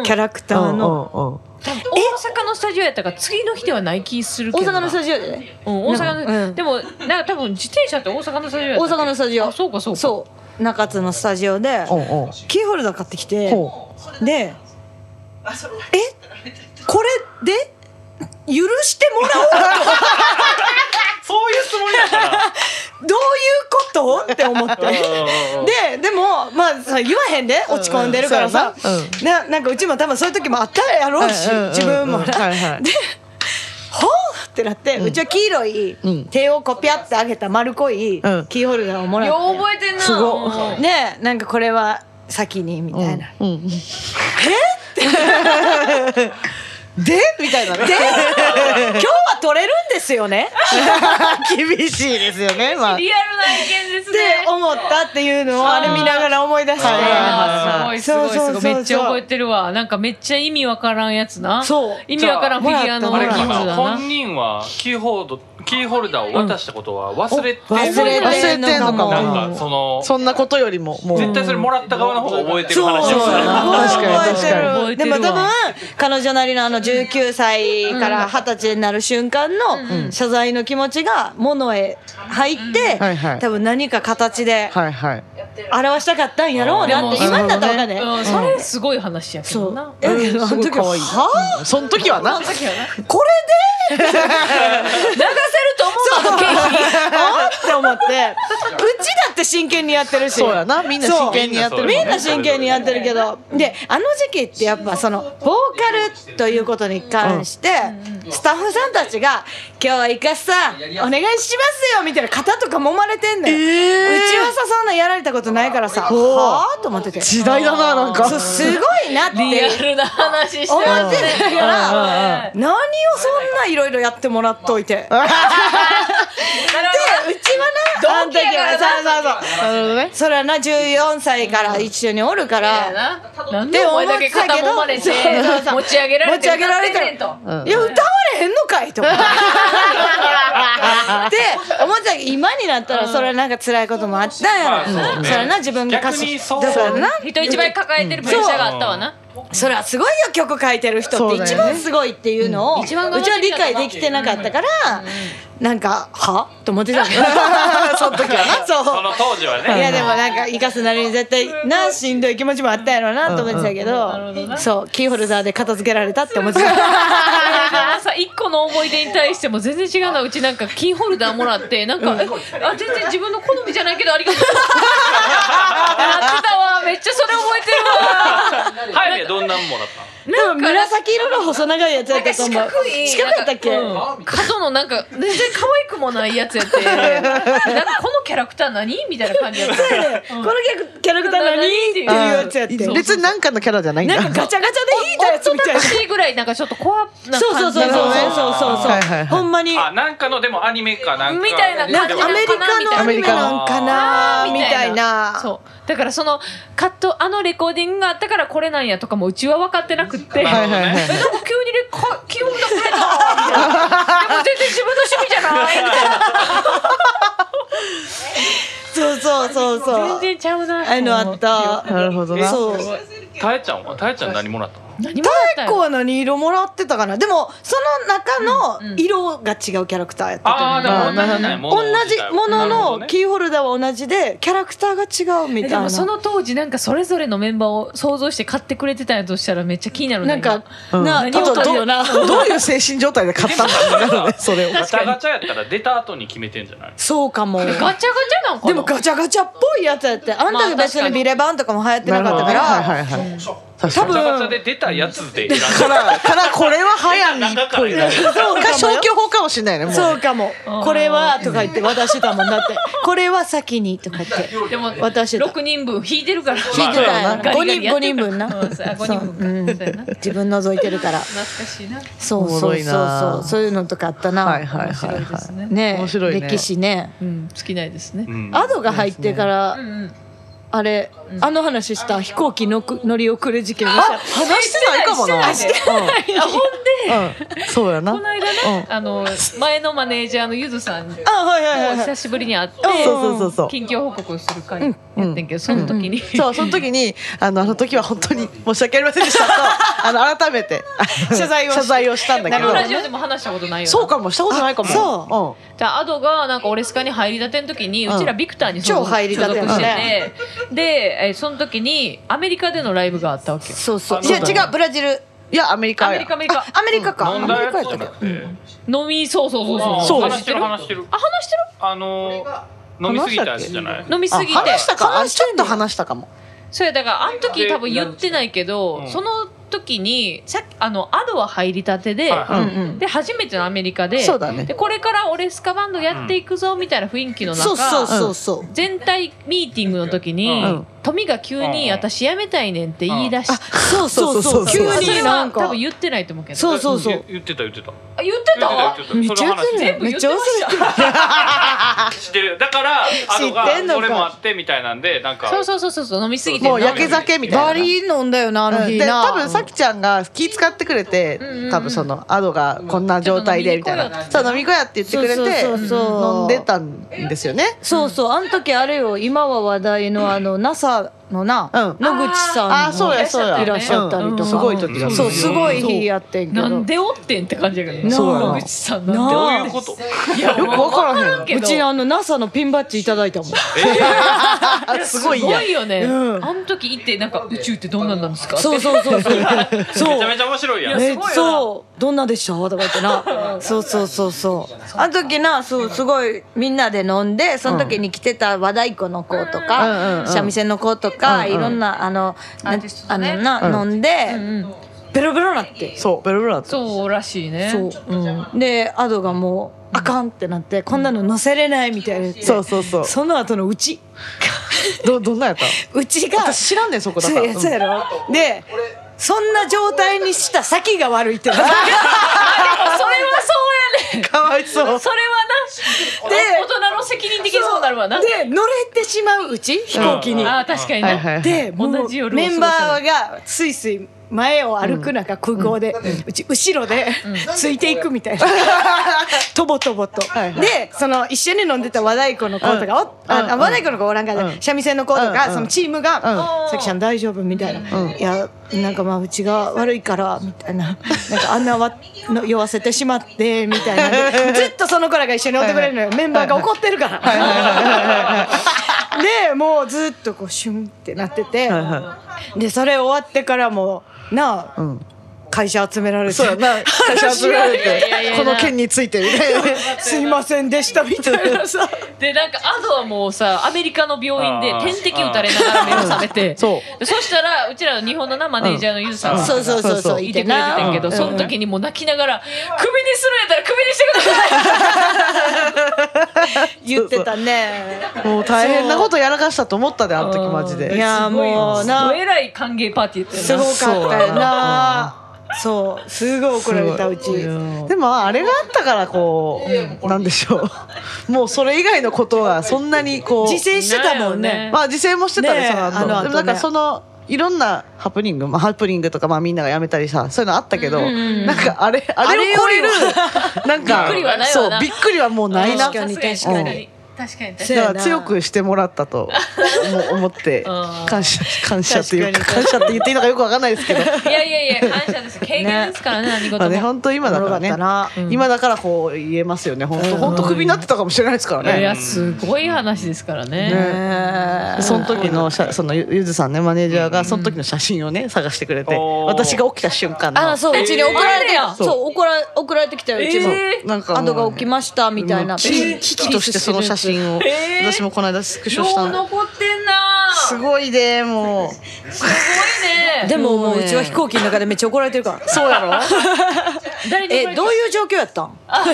S1: ん
S2: キャラクターの
S3: うんうんうん
S1: 多分大阪のスタジオやったから次の日ではない気するけ
S2: 大
S1: どな
S2: 阪のスタジオでね
S1: うん大阪の、
S2: うん
S1: でもなんか多分自転車って大阪のスタジオやった
S2: 大
S1: っけ
S2: 阪のスタジオ
S1: あそうかそうか
S2: そう中津のスタジオで
S3: うんうん
S2: キーホルダー買ってきて
S3: ほ
S2: で「えこれで許してもらおうか
S4: そういうつもりだから
S2: どういうこと?」って思って
S4: うんうんうん
S2: ででもまあさ言わへんで落ち込んでるからさ
S3: そうや
S2: ななんかうちも多分そういう時もあったやろうし
S3: うんうんうんうん
S2: 自分もな
S3: はいはい
S2: で「ほう!」ってなってうちは黄色い
S3: うん
S2: 手をコピャってあげた丸っこいキ
S3: うん
S2: ーホルダーをもらって
S1: よう覚えてんな
S3: すごっ
S1: うん
S2: ねなんかこれは先にみたいな。
S3: うんうん、えってでみたいなね
S2: で今日は取れるんですよね
S3: 厳しいですよねまあ
S1: リアルな意見で
S2: っ
S1: すね
S2: て思ったっていうのをあれ見ながら思い出して
S3: はいはいはい
S1: あーすごいすごいす
S2: そうそうそう
S1: ごい
S2: そう
S1: めっちゃ覚えてるわなんかめっちゃ意味わからんやつな
S2: そう
S1: 意味わからんフィギュアの
S2: じ
S4: あ
S2: ゃ
S4: れ
S1: キ
S4: か
S1: ーホル
S4: な
S1: ダーな
S4: 本人はキーホルドキーホルダーを渡したことは忘れて
S2: 忘れて
S3: 忘れてんのかも
S4: なんかその
S3: そんなことよりももう
S4: 絶対それもらった側の方が覚えてる
S2: そう
S4: 話
S2: そう
S4: をする
S3: そうやな確かに確かに
S1: 覚えて
S2: で
S1: る
S2: も
S1: わ
S2: 多分彼女なりのあの19歳から20歳になる瞬間の謝罪の気持ちが物へ入って
S3: はいはい
S2: 多分何か形で
S3: はいはい
S2: 表したかったんやろうなって
S1: うん
S2: 今になったらわかんない
S1: うんそれすごい話やけ
S2: そ
S1: ど
S2: う
S1: な
S2: やけど
S3: うん
S2: あ
S3: す
S2: の
S3: ごい
S2: 時
S3: 可愛い
S2: は
S3: うんその時はな
S1: その時はな
S2: ぁこれで
S1: 流せると思うのかケーキ
S2: あって思ってうちだって真剣にやってるし
S3: そうやなみんな真剣にやってるもん
S2: みん
S3: ね
S2: な真剣にやってるけどであの時期ってやっぱそのボーカルということに関してスタッフさんたちが「今日はイカスさんお願いしますよ」みたいな肩とか揉まれてんのよ、うちはさそんなやられたことないからさ「
S3: おー
S2: はあ?」と思ってて
S3: 時代だななんか
S2: そうすごいなって
S1: リアルな話して
S2: 思
S1: ます
S2: ってたか
S3: うん
S2: ら
S3: うんうん
S2: 何をそんないろいろやってもらっといて。でうちはなあの時はそうそうそう
S3: なるほどね
S2: それはな14歳から一緒におるから。
S1: なんでお前だけ肩もまれて
S2: そうそうそう
S1: 持ち上げられて
S2: 持ち上げられて
S1: と
S2: いや歌われへんのかいとか。で思ってたけど今になったらそれはなんか辛いこともあったんやろ、
S4: まあそうね
S2: それはな自分が歌
S4: 逆に
S2: 詞
S4: そう
S2: だからな
S1: 人一倍抱えてるプレッシャーがあったわな。
S2: それはすごいよ曲書いてる人って一番すごいっていうのをうち
S1: そうだよねうん
S2: は理解できてなかったからなんかはと思ってたの その時はな
S4: そ
S2: そ
S4: の当時は
S2: ういや
S4: ね
S2: でもなんか生かすなりに絶対なしんどい気持ちもあったやろなと思ってたけどそうキーホルダーで片付けられたって思ってた
S1: さ一個の思い出に対しても全然違うなうちなんかキーホルダーもらってなんか、えあ全然自分の好みじゃないけどありがとうやってたわめっちゃそれ覚えてるわ
S4: ハイレどんなんもらったの
S2: でも紫色の細長いやつや
S1: なん
S2: っ
S1: か
S2: たと
S1: 四
S2: 思う
S1: 角い
S2: 四角やったっけ、
S1: うん角のなんか全然可愛くもないやつやってなんかこのキャラクター何みたいな感じやった
S2: そうやねこのキャラクター何っていうやつやって
S1: うん
S2: な
S3: 別に何かのキャラじゃないんだ
S2: んかガチャガチャで引いたやつみたいな
S1: 欲しいぐらいなんかちょっと怖な感じ
S2: そうそうそうそう
S1: の
S2: そう
S3: ね
S2: そうそうそう、
S3: はいはいはい
S2: ほんまに
S4: あなんかのでもアニメかなんか
S1: みたいな感じ
S2: なん
S1: で
S2: かアメリカのアニメなんかなみたいな
S1: そうだからそのカットあのレコーディングがあったからこれなんやとかもうちは分かってなくって、
S4: なる
S3: はい
S4: ほど
S3: はいはい
S4: ね
S1: えなんか急にレか気温がくれたみたいなでも全然自分の趣味じゃないみたいな
S2: そうそうそうそう
S1: 全然ちゃうな
S2: あのあった
S3: なるほどな
S2: そう
S4: たえちゃんはたえちゃん何もらったの
S1: 何もあった
S2: 結
S1: よ
S2: 構何色もらってたかなでもその中の色が違うキャラクターやったと思う、
S4: ああだから同じなんやもの
S2: 同
S4: 自
S2: じ
S4: 体は
S2: も
S4: なるほど
S2: のの
S4: ね
S2: キーホルダーは同じでキャラクターが違うみたい
S1: で
S2: な
S1: もその当時なんかそれぞれのメンバーを想像して買ってくれてたんやとしたらめっちゃ気になる
S2: なんか、
S3: うん
S2: な
S1: 何
S2: ちょっと
S1: を買う
S2: どうな
S3: どういう精神状態で買ったんだろうねそれを
S4: ガチャガチャやったら出た後に決めてんじゃない
S2: そうかも
S1: 今ガチャガチャなんかな
S2: でもガチャガチャっぽいやつやってあんだけ別にビレバンとかも流行ってなかったか
S3: はい
S2: ら
S3: はいはい確
S2: 多
S3: かに
S2: 分
S4: ガチャガチャで出たやつで選ん
S3: か
S4: だ
S3: らからこれは早見っぽいな
S4: 中
S2: そう
S3: か
S2: か
S3: 消去法かもしれないねもう
S2: そうかも
S1: うん。
S2: これはとか言って渡してたもんだって。これは先にとか言って。
S1: でも
S2: 渡してた
S1: 6人分引いてるから
S4: 引いてたよな
S1: ガリガリやってるから
S2: 五人五人分な
S1: うんそうあ五人分か
S2: うん
S1: そうやな
S2: 自分覗いてるから。
S1: 懐かしいな
S2: そう
S3: おも
S2: そ
S3: ろ
S2: う
S3: い
S2: そう
S3: な
S2: そう。そういうのとかあったな。
S3: はいはい
S1: 面
S3: はい
S1: 白いで
S3: は
S1: すね
S2: ねえ
S3: 面白いね
S2: 歴史ね。
S1: うん尽きないですね
S4: うん
S2: アドが入ってか
S1: う
S2: ら、
S1: んうん
S2: あれ、あの話した飛行機のく乗り遅れ事件でした。
S3: 話してないかもな
S1: してあほんで
S3: うんうんそうやな
S1: この間ねあの前のマネージャーのゆずさんに
S2: あ、はいはいはい。
S1: 久しぶりに会って
S3: そうそうそうそう
S1: 近況報告をする会やってんけどその時に
S3: そうその時にあのあの時は本当に申し訳ありませんでしたとあの改めてあの
S2: 謝罪をし
S3: 謝罪をしたんだ
S1: こ
S3: け
S1: の
S3: ど
S1: ラジオでも話したことないよな
S3: そうかもしたことないかも
S2: あそ
S1: じゃあアドがなんかオレスカに入りたての時に
S3: うん
S1: うちらビクターに所属
S2: 超入りたて
S1: 所
S2: の
S1: 属して
S2: ね
S1: てでえーその時にアメリカでのライブがあったわけよ
S2: そうそう。
S4: あ
S2: いや、
S4: そうだ
S2: 違う、ブラジル。
S3: うんいやアメリ
S1: ア
S3: カ
S1: メ
S3: や
S1: リカアメリカ
S2: アメリカか。アメ
S4: 飲ん
S2: リ
S4: だや
S2: カや
S4: つ
S2: っ
S4: じ
S2: た
S4: ゃ
S2: っけ
S4: なくて
S1: 飲みそうそうそうそう
S3: そう
S4: 話してる話してる
S1: あ話して
S4: あのー飲みすぎたやつじゃない
S1: る飲みすぎて
S3: あ話したかあちょっと話したかも
S1: それだからあの時多分言ってないけど、
S4: うん
S1: その時にさっきあのアドは入りたてで、
S4: はいは
S2: うんう
S4: い
S2: ん
S1: で初めてのアメリカで
S3: そうだね
S1: でこれから俺スカバンドやっていくぞみたいな雰囲気の中、
S2: そうそうそうそう。
S1: 全体ミーティングの時に、
S4: うん
S1: 富が急に「
S4: うん
S1: 私辞めたいねん」って言い出して、
S2: そうそうそう。急
S3: あ
S1: それ
S2: にな
S1: は
S2: んか。
S1: 多分言ってないと思うけど
S2: そうそうそう
S4: 言。言ってた言ってた
S1: あ言ってた
S4: 言ってた言ってたその話
S2: 忘れ
S1: 全
S2: て
S1: 部
S2: る
S1: 言ってました
S4: 知ってるだからアドが
S2: 知ってんのか
S4: それもあってみたいなんでなんか
S1: そうそうそうそうそう飲みすぎて
S3: もう焼け酒みた
S2: バ
S3: いな
S2: リ飲んだよなあの
S3: うん
S2: 日
S3: で
S2: な。
S3: 多分さきちゃんが気使ってくれて
S1: んうんうん
S3: 多分そのアドがこんな状態でみたい
S1: ちょっと飲みに行こうよな
S3: な
S1: って
S3: そう飲み子やって言ってくれて
S2: そうそうそうそう
S3: 飲んでたんですよね
S2: そうそうあの時あれよ今は話題のあの NASA のな、
S3: うん
S2: 野口さん
S3: あそうやそうや
S2: いらっしゃったりとか、
S1: うん
S3: すごい時だった
S2: そうすごい日やってんけ
S1: な
S2: ど
S1: んでおってんって感じやけど
S3: そうやな
S1: 野口さんなんで
S2: な
S1: おってん
S4: どういうこと
S1: いや
S3: よくわからへん
S1: わけ
S2: う
S1: ど
S2: ちあの NASA のピンバッジいただいたもん
S3: あすごいやん
S1: よね、
S2: うん
S1: あの時行ってなんか宇宙ってどんなんなんですかって
S2: そうそう そうそうそ
S4: めちゃ
S2: う
S4: めちゃ面白いやん
S1: いや
S2: え
S1: すごいよな
S2: そうどんなでしょうとか言ってなそうそうそうそうあの時なそうすごいみんなで飲んでその時に来てた和太鼓の子と
S3: うんうん
S2: か
S3: うん
S2: 三味線の子とか
S3: うんうん
S2: いろんなあのな
S1: アーティスト
S2: あ
S1: ね
S2: のな飲ん
S1: う
S2: で
S1: んうん
S2: ベロベロなって
S3: そうベルブラだった
S1: そうらしいね
S2: そううんでアドがもうあかんってなってこんなの乗せれないみたいな言って
S3: そうそうそう
S2: その後のうち
S3: どどんなやった
S2: うちが
S3: 私知らんねんそこだから
S2: そうやそうやろでそんな状態にした先が悪いってな
S1: それはそうやね
S3: かわいそ
S1: そ
S3: う
S1: れはな
S2: で
S1: 大人の責任的にそうなるわな
S2: で乗れてしまううち飛行機に。
S1: ああ確かにな、
S3: はいはい
S2: でもう
S1: 同じ夜を過ご
S2: メ
S1: せない
S2: ンバーがすいすい前を歩く中空港で、うち後ろでついていくみたいな、とぼとぼと、
S3: はいはい
S2: でその一緒に飲んでた和太鼓の子とか、おあ
S3: うん
S2: あ和太鼓の子おらんか
S3: う
S2: ら
S3: ん
S2: 三味線の子とか、
S3: うん
S2: そのチームが
S1: う
S2: 「
S1: ん
S2: さきちゃん大丈夫?」みたいな「
S3: うん
S2: いやなんかまあうちが悪いから」みたいな「なんかあんなわの酔わせてしまって」みたい なずっとその子らが一緒におってくれるのよ、メンバーが怒ってるから。 でもうずっとこうシュンってなってて、
S3: はいは
S2: でそれ終わってからもなあ
S3: いうん
S2: 会社集められて
S3: そうやな会社集めら れ
S1: いやいやい
S3: て
S1: や
S3: この件についてみたいな
S2: 「すいませんでした」みた いなさ
S1: でなんかアドはもうさアメリカの病院
S4: あー
S1: で点滴打たれながら目を覚めて
S3: そ
S1: でそしたらうちらの日本のなマネージャーのゆずさんが
S2: そうそうそうそう
S1: いてくれてたんやけど、
S3: うん
S1: その時にもう泣きながら「クビにするんやったらクビにしてください!」
S2: 言ってたね
S3: もう大変なことやらかしたと思ったであの時マジ
S1: うん
S3: で
S2: いやもうな
S1: どえらい歓迎パーティーやった
S2: す
S1: よ
S2: ご
S1: な。
S2: かったよなそうすごい怒られたうち
S3: でもあれがあったからこう、なんでしょう もうそれ以外のことはそんなにこう
S2: 自制してたもん
S1: ないよね
S2: ね
S3: まあ自制もしてたね
S2: ねえ
S3: その後
S2: あの後ね
S3: でもなんかそのいろんなハプニング、まあ、ハプニングとかまあみんなが辞めたりさそういうのあったけど、なんかあれあれを超える
S2: あ
S3: なんか
S1: びっくりはない
S3: そう
S1: わな
S3: びっくりはもうないな
S2: 確かに
S1: 確かに確かに確かに
S2: せ
S3: だ
S2: や
S3: か
S2: な
S3: ら強くしてもらったと思思って
S1: うん
S3: 感謝感謝っていうか
S2: 確か
S3: 感謝って言っていいのかよくわかんないですけど
S1: いやいやいや感謝です経験ですからね何
S3: ま
S1: 事
S3: あね
S1: も。
S3: 本当今だからね
S2: おもろかったなうん
S3: 今だからこう言えますよね本当本当クビになってたかもしれないですから
S1: い
S3: ね
S1: やすごい話ですからね。
S2: ね
S3: その時の写そのゆゆずさんねマネージャーがその時の写真をね探してくれて
S4: おー
S3: 私が起きた瞬間の
S2: あそううちに怒られて
S1: えー
S2: そう怒ら送られてきたようちも
S1: え
S3: なんかもう
S2: アドが起きましたみたいな
S3: もう危機危機としてその写真を
S1: えー
S3: 私もこの間スクシ
S1: よ
S3: ョした
S1: う
S3: の
S1: 残ってんな。す
S3: す
S1: ごい
S3: ごいでもう
S1: ね。
S2: でももううちは飛行機の中でめっちゃ怒られてるから
S3: そうやろ
S1: 誰に
S2: えどういう状況やったん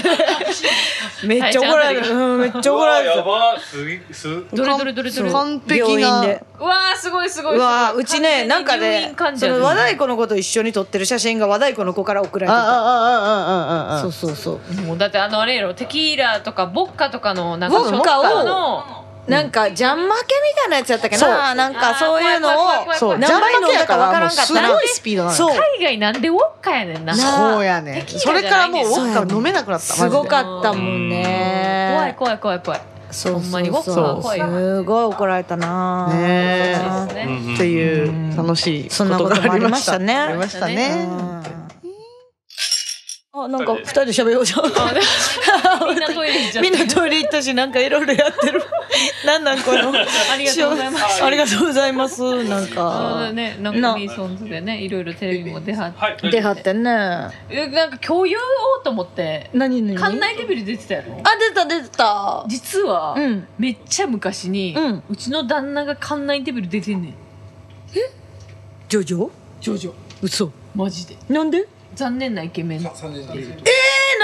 S2: めっちゃ怒られ
S1: はい
S2: る
S1: ちゃ
S2: うんめっちゃ
S4: う
S2: 怒
S4: わ
S2: られ
S4: や
S2: る
S4: ばすげす
S1: どれどれどれどれ。
S3: 完璧
S2: 病院
S3: な
S2: で
S1: うわあすごいすごい。
S2: うわうちねなんかねそ
S1: そ
S2: の
S1: の
S2: 和
S1: 話題。
S2: 太鼓の子と一緒に撮ってる写真が和太鼓の子から送ら
S3: あ
S2: れてた
S3: あああああああ
S2: そうそうそう
S1: もうだってあのあれやろテキーラとかボッカとかのなんか
S2: ボッカを
S1: ショットの
S2: なんかジャン負けみたいなやつやったっけ
S3: そう
S2: ななんかそういうのを
S1: あー怖い怖い怖い怖い
S3: そう
S2: 何杯飲んだかわからんかった
S3: すごいスピードなのよ
S2: そう
S1: 海外なんでウォッカやねんな。
S2: な
S3: そうやね
S1: テキ
S3: そ
S1: ーラ
S3: れ
S1: じ
S3: か
S1: ゃ
S3: ら
S1: ないね
S3: もうウォッカ飲めなくなったマジ
S2: す
S3: で
S2: ごかったもん
S1: 怖い
S2: ね
S1: 怖い怖い怖い。
S2: そうそうそう
S1: ほんまにウォッカは怖いよ
S2: すごい怒られたな
S3: ねえ
S1: そうですね。
S3: っていう楽しい
S2: そんな
S3: こ
S2: ことと
S3: が
S2: が
S3: あ
S2: あ
S3: り
S2: り
S3: ま
S2: ま
S3: し
S2: したたね
S3: ありましたね。
S2: あなんか二人で喋ようじゃん
S1: みんなトイレ行っちゃっ
S2: みんなトイレ行ったし、なんかいろいろやってる。 なんなんこの。あ
S1: りがとうございます。
S2: ありがとうございます。なん
S1: た。
S2: か。
S1: ね、なんかミーソンズでね、いろいろテレビも出はっ
S4: はい
S2: 出はってね。
S1: えなんか共有をと思って、
S2: 何何
S1: 館内レベル出てたやろ
S2: あ、出た出た。
S1: 実は、
S2: うん
S1: めっちゃ昔に、
S2: うん
S1: ちの旦那が館内レベル出てんねん。
S2: ジョジョ。
S1: ジョジョ。
S2: 嘘。
S1: マジで。
S2: なんで。
S1: 残念なイケメン。
S2: え、な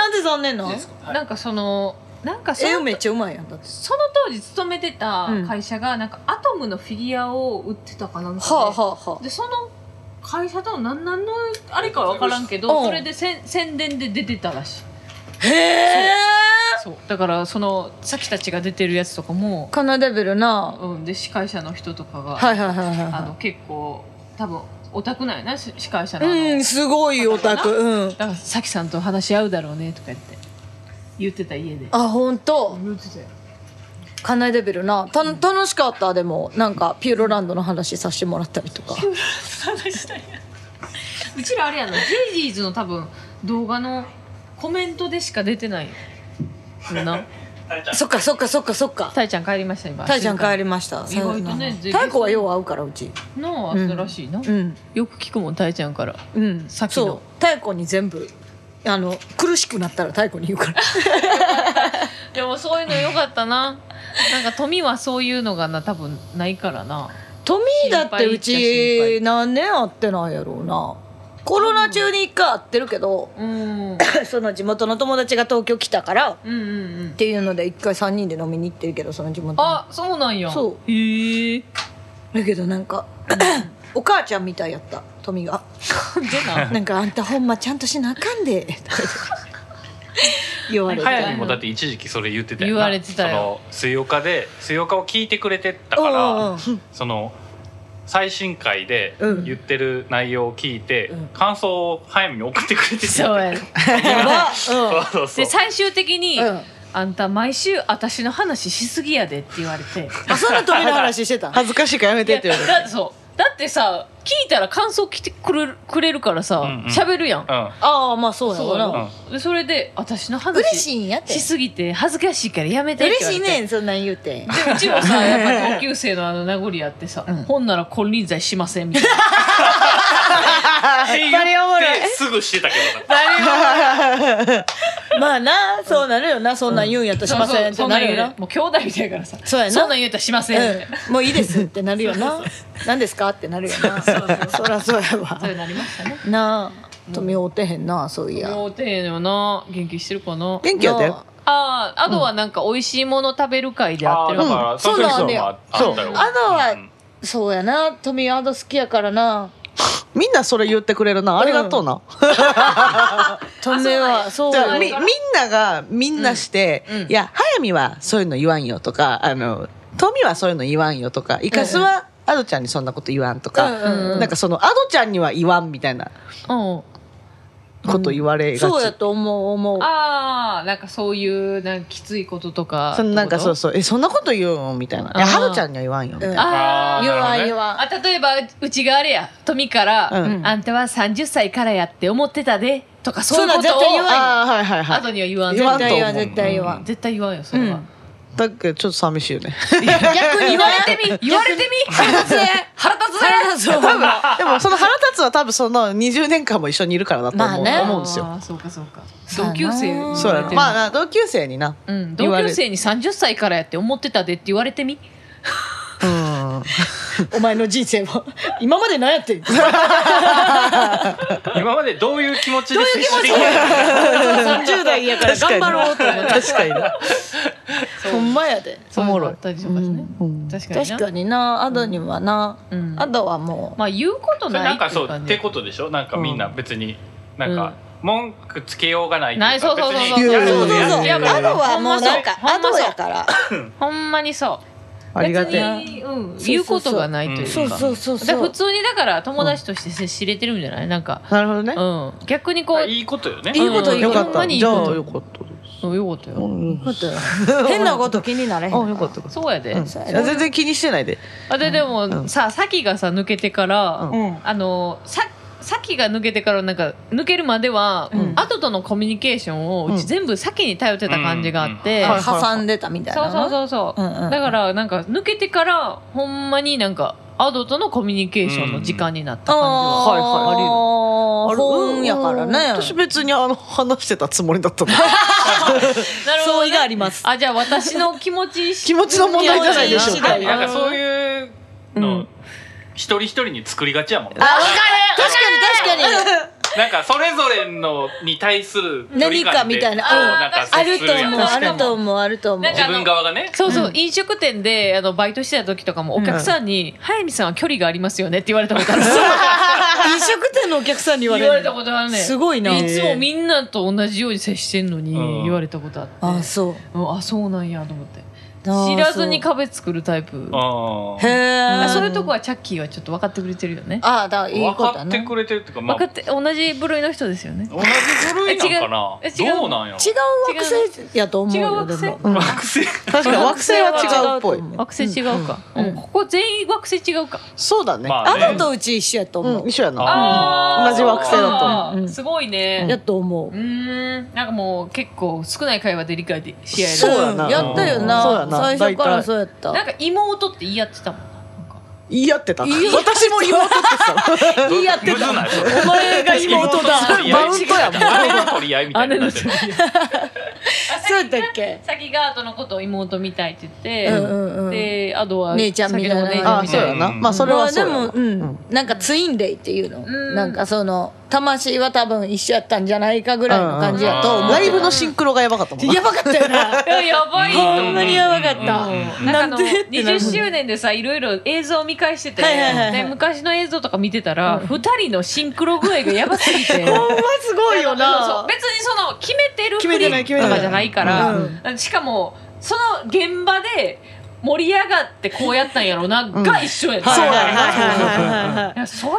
S2: んで残念なの。
S1: なんかその、なんかそ
S2: 絵
S1: の
S2: めっちゃうまいやん。だって。
S1: その当時勤めてた会社が、なんかアトムのフィギュアを売ってたかなんかで、
S2: はあ、はあ、はあ。
S1: でその会社と何なんのあれかは分からんけ
S2: う
S1: ど
S2: ん
S1: それでせん宣伝で出てたらしい
S2: へえ。
S1: そうだからそのさきたちが出てるやつとかも、
S2: カナデビルな。
S1: うん、で司会者の人とかが、
S2: はいはいはいはい
S1: あ
S2: は
S1: の結構多分オタクなんやなし司会者のあの、
S2: い。うん、
S1: だ
S2: すごいオタク。うん。
S1: からさきさんと話し合うだろうねとか言って言ってた家で
S2: あ、本当。
S1: 言ってたよ
S2: カナデビルな。た、楽しかった。でも、なんかピューロランドの話させてもらったりとか。
S1: 話したいなうちらあれやなジェイジーズの多分動画のコメントでしか出てないよ な
S2: そっかそっかそっかそっか。
S1: たいちゃん帰りました今
S2: タイちゃん帰りました。
S1: 意外とね
S2: さよならタイ子はよう会うからうち。
S1: のあったらしいな、
S2: うん
S1: よく聞くもんたいちゃんから
S2: うん。
S1: さっきの
S2: そう。タイ子に全部あの苦しくなったらタイ子に言うから。
S1: でもそういうのよかったななんか富はそういうのがな多分ないからな
S2: トミーだってう
S1: 心配
S2: ち何年会ってないやろうな。コロナ中に一回会ってるけど、
S1: うん
S2: その地元の友達が東京来たからっ
S1: うんうんうん
S2: ていうので一回三人で飲みに行ってるけどその地元の。
S1: あそうなんや
S2: そう
S1: へえ
S2: だけどな んかお母ちゃんみたい やったトミーが。
S1: でな
S2: なんかあんたほんまちゃんとしなあかんで。
S5: 言われた
S4: 早見もだって一時期それ言ってたよな
S1: 言われてたよ
S4: その水岡で水岡を聞いてくれてたからその最新回で
S5: うん
S4: 言ってる内容を聞いて、
S5: うん
S4: 感想を早見に送ってくれてた
S1: そうやね
S5: やば
S4: そうそうそう
S1: で最終的に、
S5: うん
S1: あんた毎週私の話しすぎやで」って言われて
S5: あそんな鳥の話して た
S3: 恥ずかしいからやめてって言われ
S1: だってそうだってさ聞いたら感想来てくれるくれるからさ
S4: うんうん
S1: 喋、るやん、
S4: うん
S5: ああまあそうや
S1: そ
S5: わ
S1: うや
S5: な
S1: ろ、でそれで私の話
S2: 嬉しいんやって
S1: しすぎて恥ずかしいからやめてって言わ
S2: 嬉
S1: れ
S2: していねんそんなん言うて
S1: でうちもさやっぱり同級生のあの名残やってさ、
S2: ん
S1: 本なら金輪際しませんみたいな
S4: って言ってすぐしてたけどな
S2: まあなそうなるよなそんなん言うんやったらしませんって
S1: そんな
S2: なんる
S1: 言
S2: よ
S1: う
S2: な
S1: もう兄弟みたいやからさ
S2: そうやな
S1: そんなん言うたらしませんみたいな、
S2: うんもういいですってなるよな何ですかってなるよなそりゃそうやわ
S1: そうなりましたね
S2: なあ富おてへんなそういや
S1: もう丁寧よな元気してるかな
S3: 元気やったよ
S1: あああとはなんか美味しいもの食べべる会でやっ
S4: あ
S1: て
S4: ー
S1: る
S4: だ
S1: わ
S4: から
S2: そ
S4: そうの時
S2: なん
S4: そう
S2: だよそうあ
S4: ああったよ
S2: のは
S4: うん
S2: そうやな富アド好きやからな
S3: みんなそれ言ってくれるなありがとうな、
S2: 富はそう
S3: じゃあ
S2: や
S3: みみんながみんなして、
S1: うんうん
S3: いや早見はそういうの言わんよとかあの富はそういうの言わんよとかイカスはアドちゃんにそんなこと言わんとか、
S1: うん
S3: なんかそのアドちゃんには言わんみたいな
S1: うん
S3: こと言われがち、
S2: そうやと思う思う
S1: ああなんかそういうなんかきついこととか
S3: そのなんかそう
S1: そ
S3: そうえそんなこと言うのみたいないや
S1: あー
S3: ハドちゃんには言わんよみたいな、
S1: あ
S4: あー
S2: 言わ
S4: なるほど
S2: ん
S4: ね
S2: 言わん
S1: あ例えばうちがあれや富から、
S3: うん
S1: あんたは30歳からやって思ってたで」とかそういうこ
S2: そ
S1: と
S2: んなん
S1: を
S2: 絶対言わんよ
S3: ああはいはい
S1: 後
S3: は
S1: には言わん
S3: 言わ
S2: 絶
S3: んと
S2: 対言わ
S3: 思う
S2: ん絶対言わん
S1: 絶対言わんよそれは、
S2: うん
S3: いだけどちょっと寂しいよね
S2: 逆に
S1: 言われてみ言われてみ腹立つね腹立つね
S3: 多分でもその腹立つは多分その20年間も一緒にいるからだと思う,、
S2: まあね
S3: 思うんですよ
S1: あーそうかそうか
S2: そうや
S1: 同級
S2: な
S1: 生に
S3: そう
S1: 言われ
S3: やな
S1: てみ
S3: まあな同級生にな
S1: うん、
S3: 言
S1: 同
S3: われ
S1: 級生に30歳からやって思ってたでって言われてみ
S3: うん
S2: お前の人生は今まで何やってん
S4: 今までどういう気持ちで接してきた
S2: 30代やから頑張ろうと思って
S3: 確かにな
S2: ほんまやで
S1: そういうのあったりとかしてね、
S3: うん
S1: 確かに
S2: 確
S1: な
S2: かになアドにはな
S1: うん
S2: アドはも
S1: まあ言うこと
S4: それ
S1: ない
S4: な
S1: ってい
S4: んか
S1: う
S4: そう
S1: 感
S4: っ
S1: じ
S4: てことでしょなんかみんな別になんか文句つけようがないと
S1: ないそう
S4: か
S1: そう
S4: 別
S1: そうそう
S4: に
S3: いや
S2: うそうそう
S4: や
S2: そう
S4: る
S1: や
S4: や
S2: ア
S1: ばい
S4: るやる
S2: ドはもうなんか
S1: ほ
S2: ア
S1: んまそう
S2: ドやから
S1: ほんまにそう
S3: ありがてえ
S1: 別にうん
S2: そう
S1: 言うことがないというか
S2: そうそうそう
S1: だから
S2: そ
S1: 普
S2: う
S1: 通にだから友達として接しれてるんじゃないなんか
S3: なるほどね
S1: うん逆にこう
S4: いいことよね
S2: いいこと
S1: うん
S2: いい
S3: よ
S2: こ
S3: か
S1: ほ
S2: と
S3: っ
S1: んま
S3: た
S1: にいい
S3: じゃ
S1: こ
S3: あ
S1: と
S3: よかったです
S1: うんよかったよ
S3: うん
S2: 変なこと気になれへん
S3: あよかったよかっ
S1: そうやで、
S3: たうん
S2: そう
S3: いや全然気にしてないで
S1: あででも、
S3: ん
S1: ささきがさ抜けてから、
S3: うん
S2: うん
S1: あのささきが抜けてからなんか抜けるまでは、
S2: うん
S1: 後とのコミュニケーションをうち
S3: うん
S1: 全部さきに頼ってた感じがあって、
S4: うん
S3: はい
S2: 挟んでたみたい
S1: そう
S2: な
S1: そうそうそう、
S2: うんうん
S1: だからなんか抜けてからほんまになんかアドとのコミュニケーションの時間になった感じは、
S3: はいはいあるよ
S2: あ本やからね
S3: 私別にあの話してたつもりだったの
S1: なるほど
S2: 相
S1: ね
S2: 違があります
S1: あじゃあ私の気持ち
S3: 気持ちの問題じゃないでしょう
S2: 気持ち次
S3: か
S2: 第
S4: なんかそういうの一人一人に作りがちやもんね
S2: 確かに確か に
S4: なんかそれぞれのに対する
S2: 何かみたいな
S4: 距離
S2: うん
S4: 感でこうなんか
S2: あ
S4: 接
S2: る
S4: す
S2: と
S4: るやん
S2: 思うあると思うあると思う
S1: なんか
S4: 自分側がね
S1: そうそう、飲食店であのバイトしてた時とかもお客さんに「速見さんは距離がありますよね」って言われたことある
S2: 飲食店のお客さんに言わ
S1: 言わ
S2: れ
S1: れた
S2: る
S1: ことあるね
S2: すごいない
S1: つもみんなと同じように接してんのに
S4: うん
S1: 言われたことあって、
S2: あそう
S1: うんあそうなんやと思って
S2: あ
S1: 知らずに
S2: そう
S1: 壁作るタイプ
S4: あ
S2: へ
S4: ー
S2: え
S1: あそういうとこはチャッキーはちょっと分かってくれてるよね
S2: ああだいい
S4: 分
S2: ことだ
S4: かっ
S2: な
S4: て
S2: 違う
S4: くれてるっていうかま
S1: 分
S4: あ
S1: かって同じ部類の人ですよね
S4: 同じ部類なんかな
S1: え違うえ違う
S4: どうなんやろ
S2: 惑星やと思う
S1: 違う
S2: よ
S1: 惑星
S2: でも
S4: 惑星
S3: 確かに惑星は違うっぽい
S2: 違うと思う
S1: 惑星違うか、
S2: うん
S1: うんここ全員惑星違うか
S3: そうだね
S4: まあ
S2: ア
S4: ね
S2: ドとうち一緒やと
S3: う
S2: 思
S3: ん
S2: う
S3: 一緒やな
S1: あー
S3: 同じ惑星だと
S1: あー
S2: うん
S1: すごいね、
S2: やと思う
S1: うーんなんかもう結構少ない会話で理解でし合える
S3: そうや
S2: う
S3: なん
S2: やったよ
S3: そうや
S2: な
S3: な
S2: 最初からそうやった
S1: なんか妹って言い合ってたもんななんか
S3: 言い合ってた
S2: 言い合ってた
S3: 私も妹ってさ
S2: いいやって
S4: むず
S2: た
S4: ないそれ
S2: お前が 妹だ
S4: 妹と取り合い
S3: マウントやもん
S4: 姉の取り合いみたいになってる
S2: そうやったっけ
S1: 先ガートのことを妹みたいって言
S2: う
S1: って、
S2: んうんうん
S1: であとは
S2: 姉ちゃんみたいな
S1: 先のお姉ちゃんみたい
S3: ああそうやな
S4: うん
S3: まあそれは
S2: まあ
S3: そ
S2: で
S3: うや
S2: も
S3: な
S2: うんなんかツインデイっていうの
S1: ん
S2: なんかその魂は多分一緒やったんじゃないかぐらいの感じやと思う
S3: ライブのシンクロがやばかったもんな
S2: やばかったよ な
S1: いややばいと思う
S2: ほんまにやばかった、
S4: うんうん
S1: なんかあの
S2: なんでってなる
S1: 20周年でさいろいろ映像を見返してて、
S2: はいはいはいはい
S1: で昔の映像とか見てたら、二人のシンクロ具合がやばすぎ て
S2: ほんますごいよ
S1: そう
S2: な
S1: 別にその決めてる
S2: 決めてない
S1: 振りとかじゃないから、
S2: 決め
S1: しかもその現場で盛り上がってこうやったんやろうな、が一緒やった、
S3: はい
S2: そう
S3: は
S2: や
S3: い
S2: はいはいはいはい
S1: いやそれ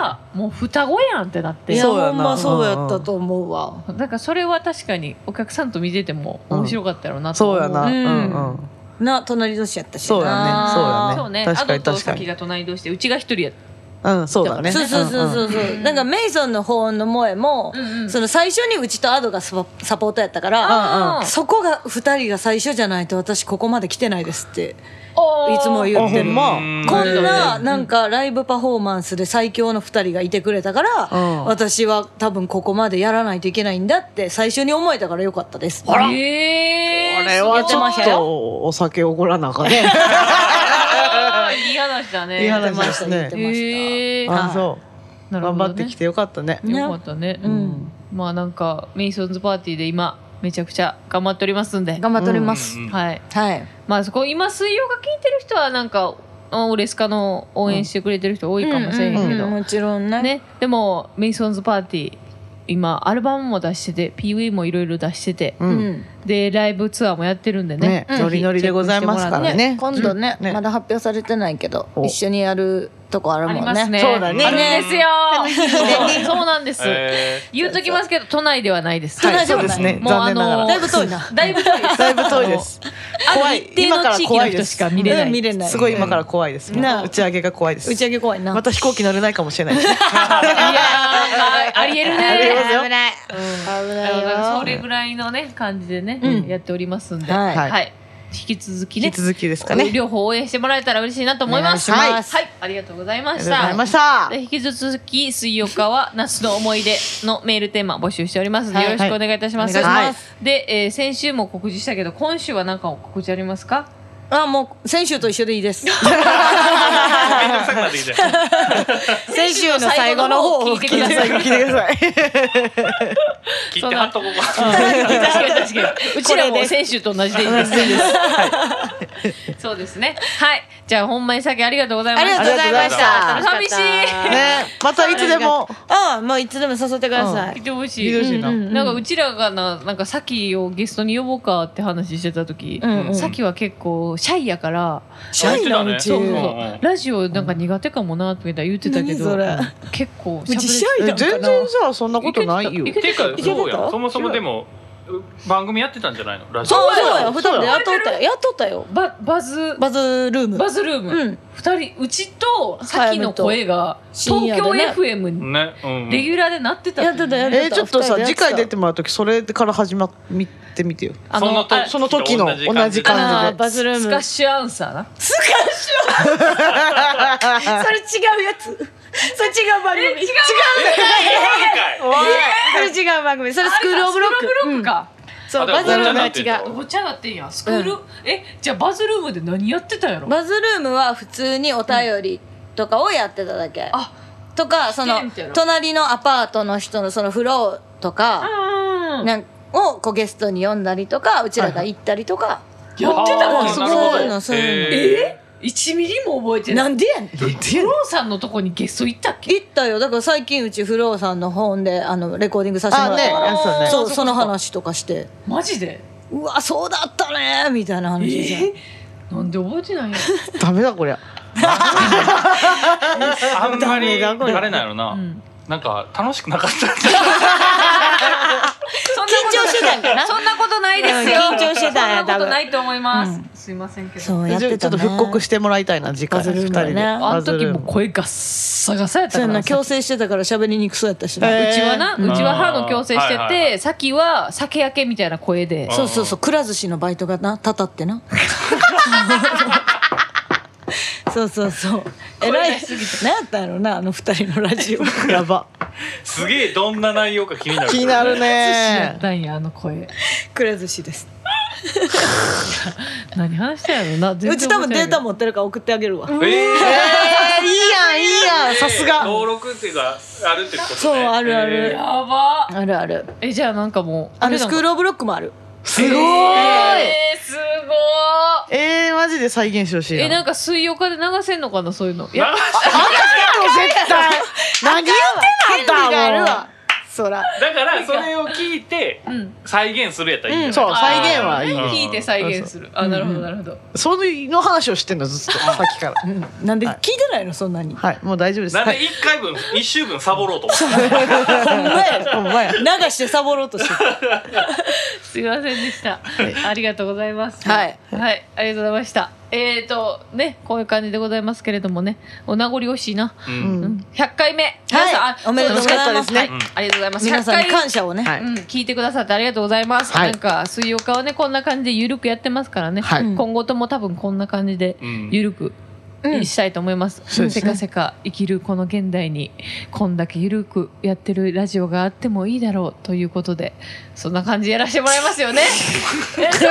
S1: がもう双子やんってなっ
S2: い
S1: て
S2: や
S3: そうや
S2: ほ
S3: なん
S2: まそうやったと思うわ
S1: なんかそれは確かにお客さんと見てても面白かったやろうなと
S3: そ
S1: 思
S3: うやな、
S2: う
S3: うんんうん、
S2: な隣同士やったしな
S3: そうやね
S1: そうね
S3: 確かに
S1: アドと
S3: 確かに
S1: サキが隣同士でうちが一人やっ
S3: うん、そうだね。
S2: そうそうそうそううそう、なんかメイソンの方の萌えも、
S1: うんうん
S2: その最初にうちとアドがサポサポートやったか
S1: た
S2: ら、
S3: あ
S1: うん
S2: そこが2人が最初じゃないと私ここまで来てないですって
S1: おー
S2: いつも言
S3: あ、
S2: うて
S3: ほ
S2: る
S3: ん
S2: こ
S3: ま。
S4: うん
S2: んななんかライブパフォーマンスで最強の2人がいてくれたから、
S3: うん
S2: 私は多分ここまでやらないといけないんだって最初に思えたからよかったです
S1: えー、
S3: これはち
S1: すごい
S3: ょっとお酒おごらなあかんね。
S1: あーいい話だね
S3: いい
S2: 言って
S3: 話
S2: ました
S3: 言
S2: 言
S3: っ
S2: ってて
S1: え
S2: ました、
S1: ー
S3: あ、そう。
S1: なるほ
S3: 頑
S1: どね
S3: 張ってきてよかったね。
S2: ね
S1: よかったね、
S2: うん
S1: まあなんかメイソンズパーティーで今めちゃくちゃ頑張っておりますんで
S2: 頑張っております、
S4: うん
S1: はい
S2: はい
S1: まあそこ今水曜が聞いてる人はなんかあオレスカの応援してくれてる人多いかもしれへんけど、
S2: うんうんもちろんね
S1: ね、でもメイソンズパーティー今アルバムも出してて PV もいろいろ出してて、
S3: う。
S2: うんん
S1: でライブツアーもやってるんでねぜ
S3: ね、
S1: ひ
S3: ノリノリでございますから
S1: チェックしてもらって
S3: ね
S2: ね、今度ね,、
S3: うんね
S2: まだ発表されてないけど
S3: お
S2: 一緒にやるとこある
S1: あり
S2: もん
S1: ます
S2: ね
S1: ね
S3: そうだね
S1: あるんですよ そうそうなんです、
S4: え
S1: 言うときますけど都内ではないです
S2: 都
S3: は
S2: 内
S3: い、そうですね。
S1: もう
S3: 残念なが
S1: あの
S2: だ
S3: ら
S2: い。ぶ遠いな
S1: だいぶ遠いです
S3: だいぶ遠いです。怖い。
S1: 一定
S3: 今か
S1: の
S3: ら
S1: 地域
S3: 怖
S1: の
S3: いで
S1: 人
S3: す
S1: し。か見れない、
S2: うん見れない
S3: すごい今から怖いです。もう
S2: なあ
S3: 打ち上げが怖いです
S2: 打。ち上げ怖いな、
S3: また飛行機乗れないかもしれない。
S1: いやー、まあ、ありえるね
S3: ありえますよ
S1: ない、
S2: 危
S1: だ
S2: な
S1: か
S2: い
S1: ら
S2: よ
S1: それぐらいのね感じでね、
S2: うん
S1: やっておりますんで、
S2: はい
S3: はい
S1: 引き続き
S3: 引
S1: ね
S3: き続きですかね。ありが
S1: 両
S3: とう
S1: 方応援してもらえたら嬉しいなと思います
S2: お願いします
S1: はい、はいありがとうございま
S3: ご
S1: し
S3: ざ
S1: た
S3: いました
S1: で。引き続き水曜日は夏の思い出のメールテーマ募集しておりますので、
S2: はい
S1: よろしくお願いいたします。
S3: はいお願いしま
S1: で、えー先週も告知したけど今週は何か告知あります か？
S2: あもう先週と一緒でいいです
S4: ー、めんどくさくなってきたよ。
S2: 先週の最後の方
S1: 聞
S2: を
S1: いてください。
S3: 聞いてくださ い。
S4: 切って貼っとこうか。
S1: 確かに確かに。うちらも先週と同じでいいです。そうですね。はい。じゃあ本前先ありがとうございま
S2: あり
S1: し
S2: が
S1: た。
S2: とうございました
S1: 楽しかった寂
S3: ね、またいつでも。
S2: あもういつでも誘ってくださ
S1: 来
S2: い、
S1: てほし
S3: 見てほし
S1: い。
S3: いな。
S2: うん
S1: なんかうちらがななんかさきをゲストに呼ぼうかって話してた時、
S2: うんうん
S1: さきは結構シャイやから、
S2: シャイなうち
S1: そうそううんそうラジオなんか苦手かもなとか言ってたけど、
S2: 何それ
S1: 結構
S2: うちシャイ
S3: え
S2: なんか
S3: 全
S2: な
S3: 然さそんなことないよ。
S4: ていうか
S2: いけ
S4: そう
S2: た
S4: やんそもそもでも番組やってたんじゃないのラジオ
S2: そうそうよ
S3: そう
S2: 二人でやっとったよやっとったよ
S1: ババズ
S2: バズルーム
S1: バズルー
S2: う
S1: ム、
S2: ん
S1: 二人うちとさきの声が
S2: 深
S1: 東
S2: 夜
S1: 京
S2: でね
S1: FM に
S4: ねうん
S1: レギュラーでなってた
S2: やってたや
S3: えーちょっとさ
S2: 二人でやって
S3: 次
S2: た
S3: 回出てもらうときそれから始まってみて よ。
S1: あ
S4: その
S1: の
S4: と
S1: あ
S3: その時の
S4: 同じ感
S3: 同じ
S4: じ
S3: 感じで
S2: あーバズルーム
S1: スカッシュアンサーな
S2: それ違うやつそれ違う番組違う
S4: お
S2: それ違う番組それス
S1: ス
S2: クールオブロック
S1: スクールオブロックか、
S2: そう
S4: あでも
S2: バズルームは違
S4: ごっちゃになってん
S1: お茶だってん
S2: う
S4: の
S1: やスクール、えじゃあバズルームで何やってたんやろ
S2: バズルームは普通にお便りとかをやってただけ、
S1: あ
S2: とかその
S1: みたいな
S2: 隣のアパートの人のそのフローとか
S1: うん
S2: なんをこうゲストに呼んだりとかうちらが行ったりとか、
S1: やってた
S2: わ
S1: わ
S2: け
S1: けす
S2: すご
S1: ごい
S2: いそういう
S1: え
S2: のそういう
S1: え1ミリも覚えてない
S2: なんでやねん
S1: フローさんのとこにゲスト行ったっけ
S2: 行ったよだから最近うちフローさんの本であのレコーディングさせても
S3: あ
S2: らっ
S3: ね
S2: たから、
S1: あ
S3: そうね。
S2: そ
S1: そううか
S2: その話とかして
S1: マジで
S2: うわそうだったねみたいな話じゃん、
S1: えなんで覚えて ないの
S3: ダメだこりゃ。
S4: あんまり慣れないのな、
S1: ん
S4: なんか楽しくなかった
S1: そんな
S2: 緊張してたんかな
S1: そんなことないですよ
S2: うん緊張してたんや
S1: そんなこと
S2: 多分
S1: ないと思います、すいませんけど
S2: そうやってた、
S3: ちょ
S2: ね、
S3: っと復刻してもらいたいな次回
S2: バズ
S3: 二
S2: ルーム
S3: 人
S2: だ
S3: で。
S2: ね
S1: あの時も
S3: も
S1: う声ガッサガサやった
S2: そ
S1: か
S2: うやんな
S1: らさ
S2: 強制してたから喋りにくそうやったしな、
S3: え
S1: うちはな、
S4: うん
S1: うちは歯の矯正して
S4: はいはいは
S1: て、さきは酒焼けみたいな声で
S4: あ。
S2: そうそうそうくら寿司のバイトがなたたってなそうそうそうえらい何やったんやろなあの二人のラジオ
S3: やば。
S4: すげえどんな内容か気になる
S3: 気になる
S1: や
S3: ね
S1: っ。たんや、あの声。
S2: くら寿司です
S1: 何話したんやろな。全然
S2: うち多分データ
S1: 覚
S2: 持ってるから送ってあげるわ
S4: えー、
S3: いやんいいやんさすが
S4: 登録っていうかあるってことね
S2: そうあるある
S4: え
S1: やば
S6: あるある
S1: えじゃあなんかもう
S2: あのスクー
S1: ル
S2: ルオブロックもある
S3: すごい
S1: えー、すごい
S3: えー、マジで再現してほしいな
S1: えなんか水曜化で流せんのかなそういうのい
S4: ー
S1: や
S4: な
S3: 絶対何言ってたん
S6: があ
S3: だ
S6: る
S3: もん
S6: わそら
S4: だからそれを聞いて
S1: うん
S4: 再現するやったらいいんじゃ
S3: そう
S4: ない
S3: 再現はいい
S4: うん
S1: 聞いて再現するあなるほどなるほど
S3: その話をしてんのずっとさっきから
S6: なんで聞いてないのそんな に
S3: はいもう大丈夫です
S4: なん
S3: は
S4: で
S3: い
S4: 一回分一週分サボろうと思って
S3: ほんまや
S2: 流してサボろうとしてる
S1: すいませんでした。ありがとうございます。
S2: はい。
S1: はい、ありがとうございました。えっ、ー、と、ね、こういう感じでございますけれどもね、お名残惜しいな。
S4: う
S3: うん
S1: うんん、100回目。皆さんあ
S2: おめでとうございます
S1: そ
S3: 楽し
S1: は
S4: かったですね
S1: いありがとうございます。
S2: 皆さんに
S1: 100回
S2: 感謝をね
S3: はい
S1: うん、聞いてくださってありがとうございます。
S3: はい
S1: なんか、水曜日はね、こんな感じでゆるくやってますからね。
S3: はい
S1: 今後とも多分こんな感じで
S4: うん
S1: ゆるく。したいと思います。
S3: そうで
S1: せ
S3: すね
S1: かせか生きるこの現代にこんだけゆるくやってるラジオがあってもいいだろうということでそんな感じでやらせてもらいますよ ね。えそういうことじ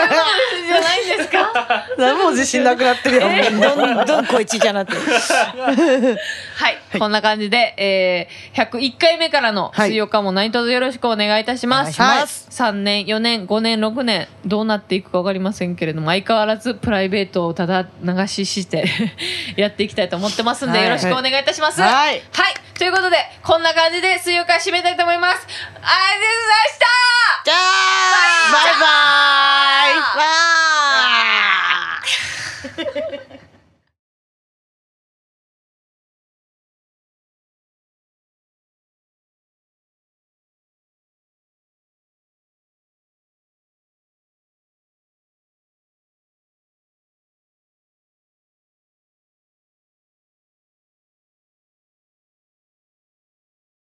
S1: ゃないんですか。
S3: 何も自信なくなってるよ
S1: え
S2: どんどんこいちじゃなくて
S1: はい、こんな感じで、えー、101回目からの
S3: はい
S1: 水曜日も何卒よろしくお願いいたします。
S3: お願いします
S1: 3年、4年、5年、6年、どうなっていくかわかりませんけれども、相変わらずプライベートをただ流しして やっていきたいと思ってますんで、
S3: はい
S1: よろしくお願いいたします。
S3: はい
S1: はい。ということで、こんな感じで水曜日は締めたいと思います。ありがとうございました
S3: バイバイ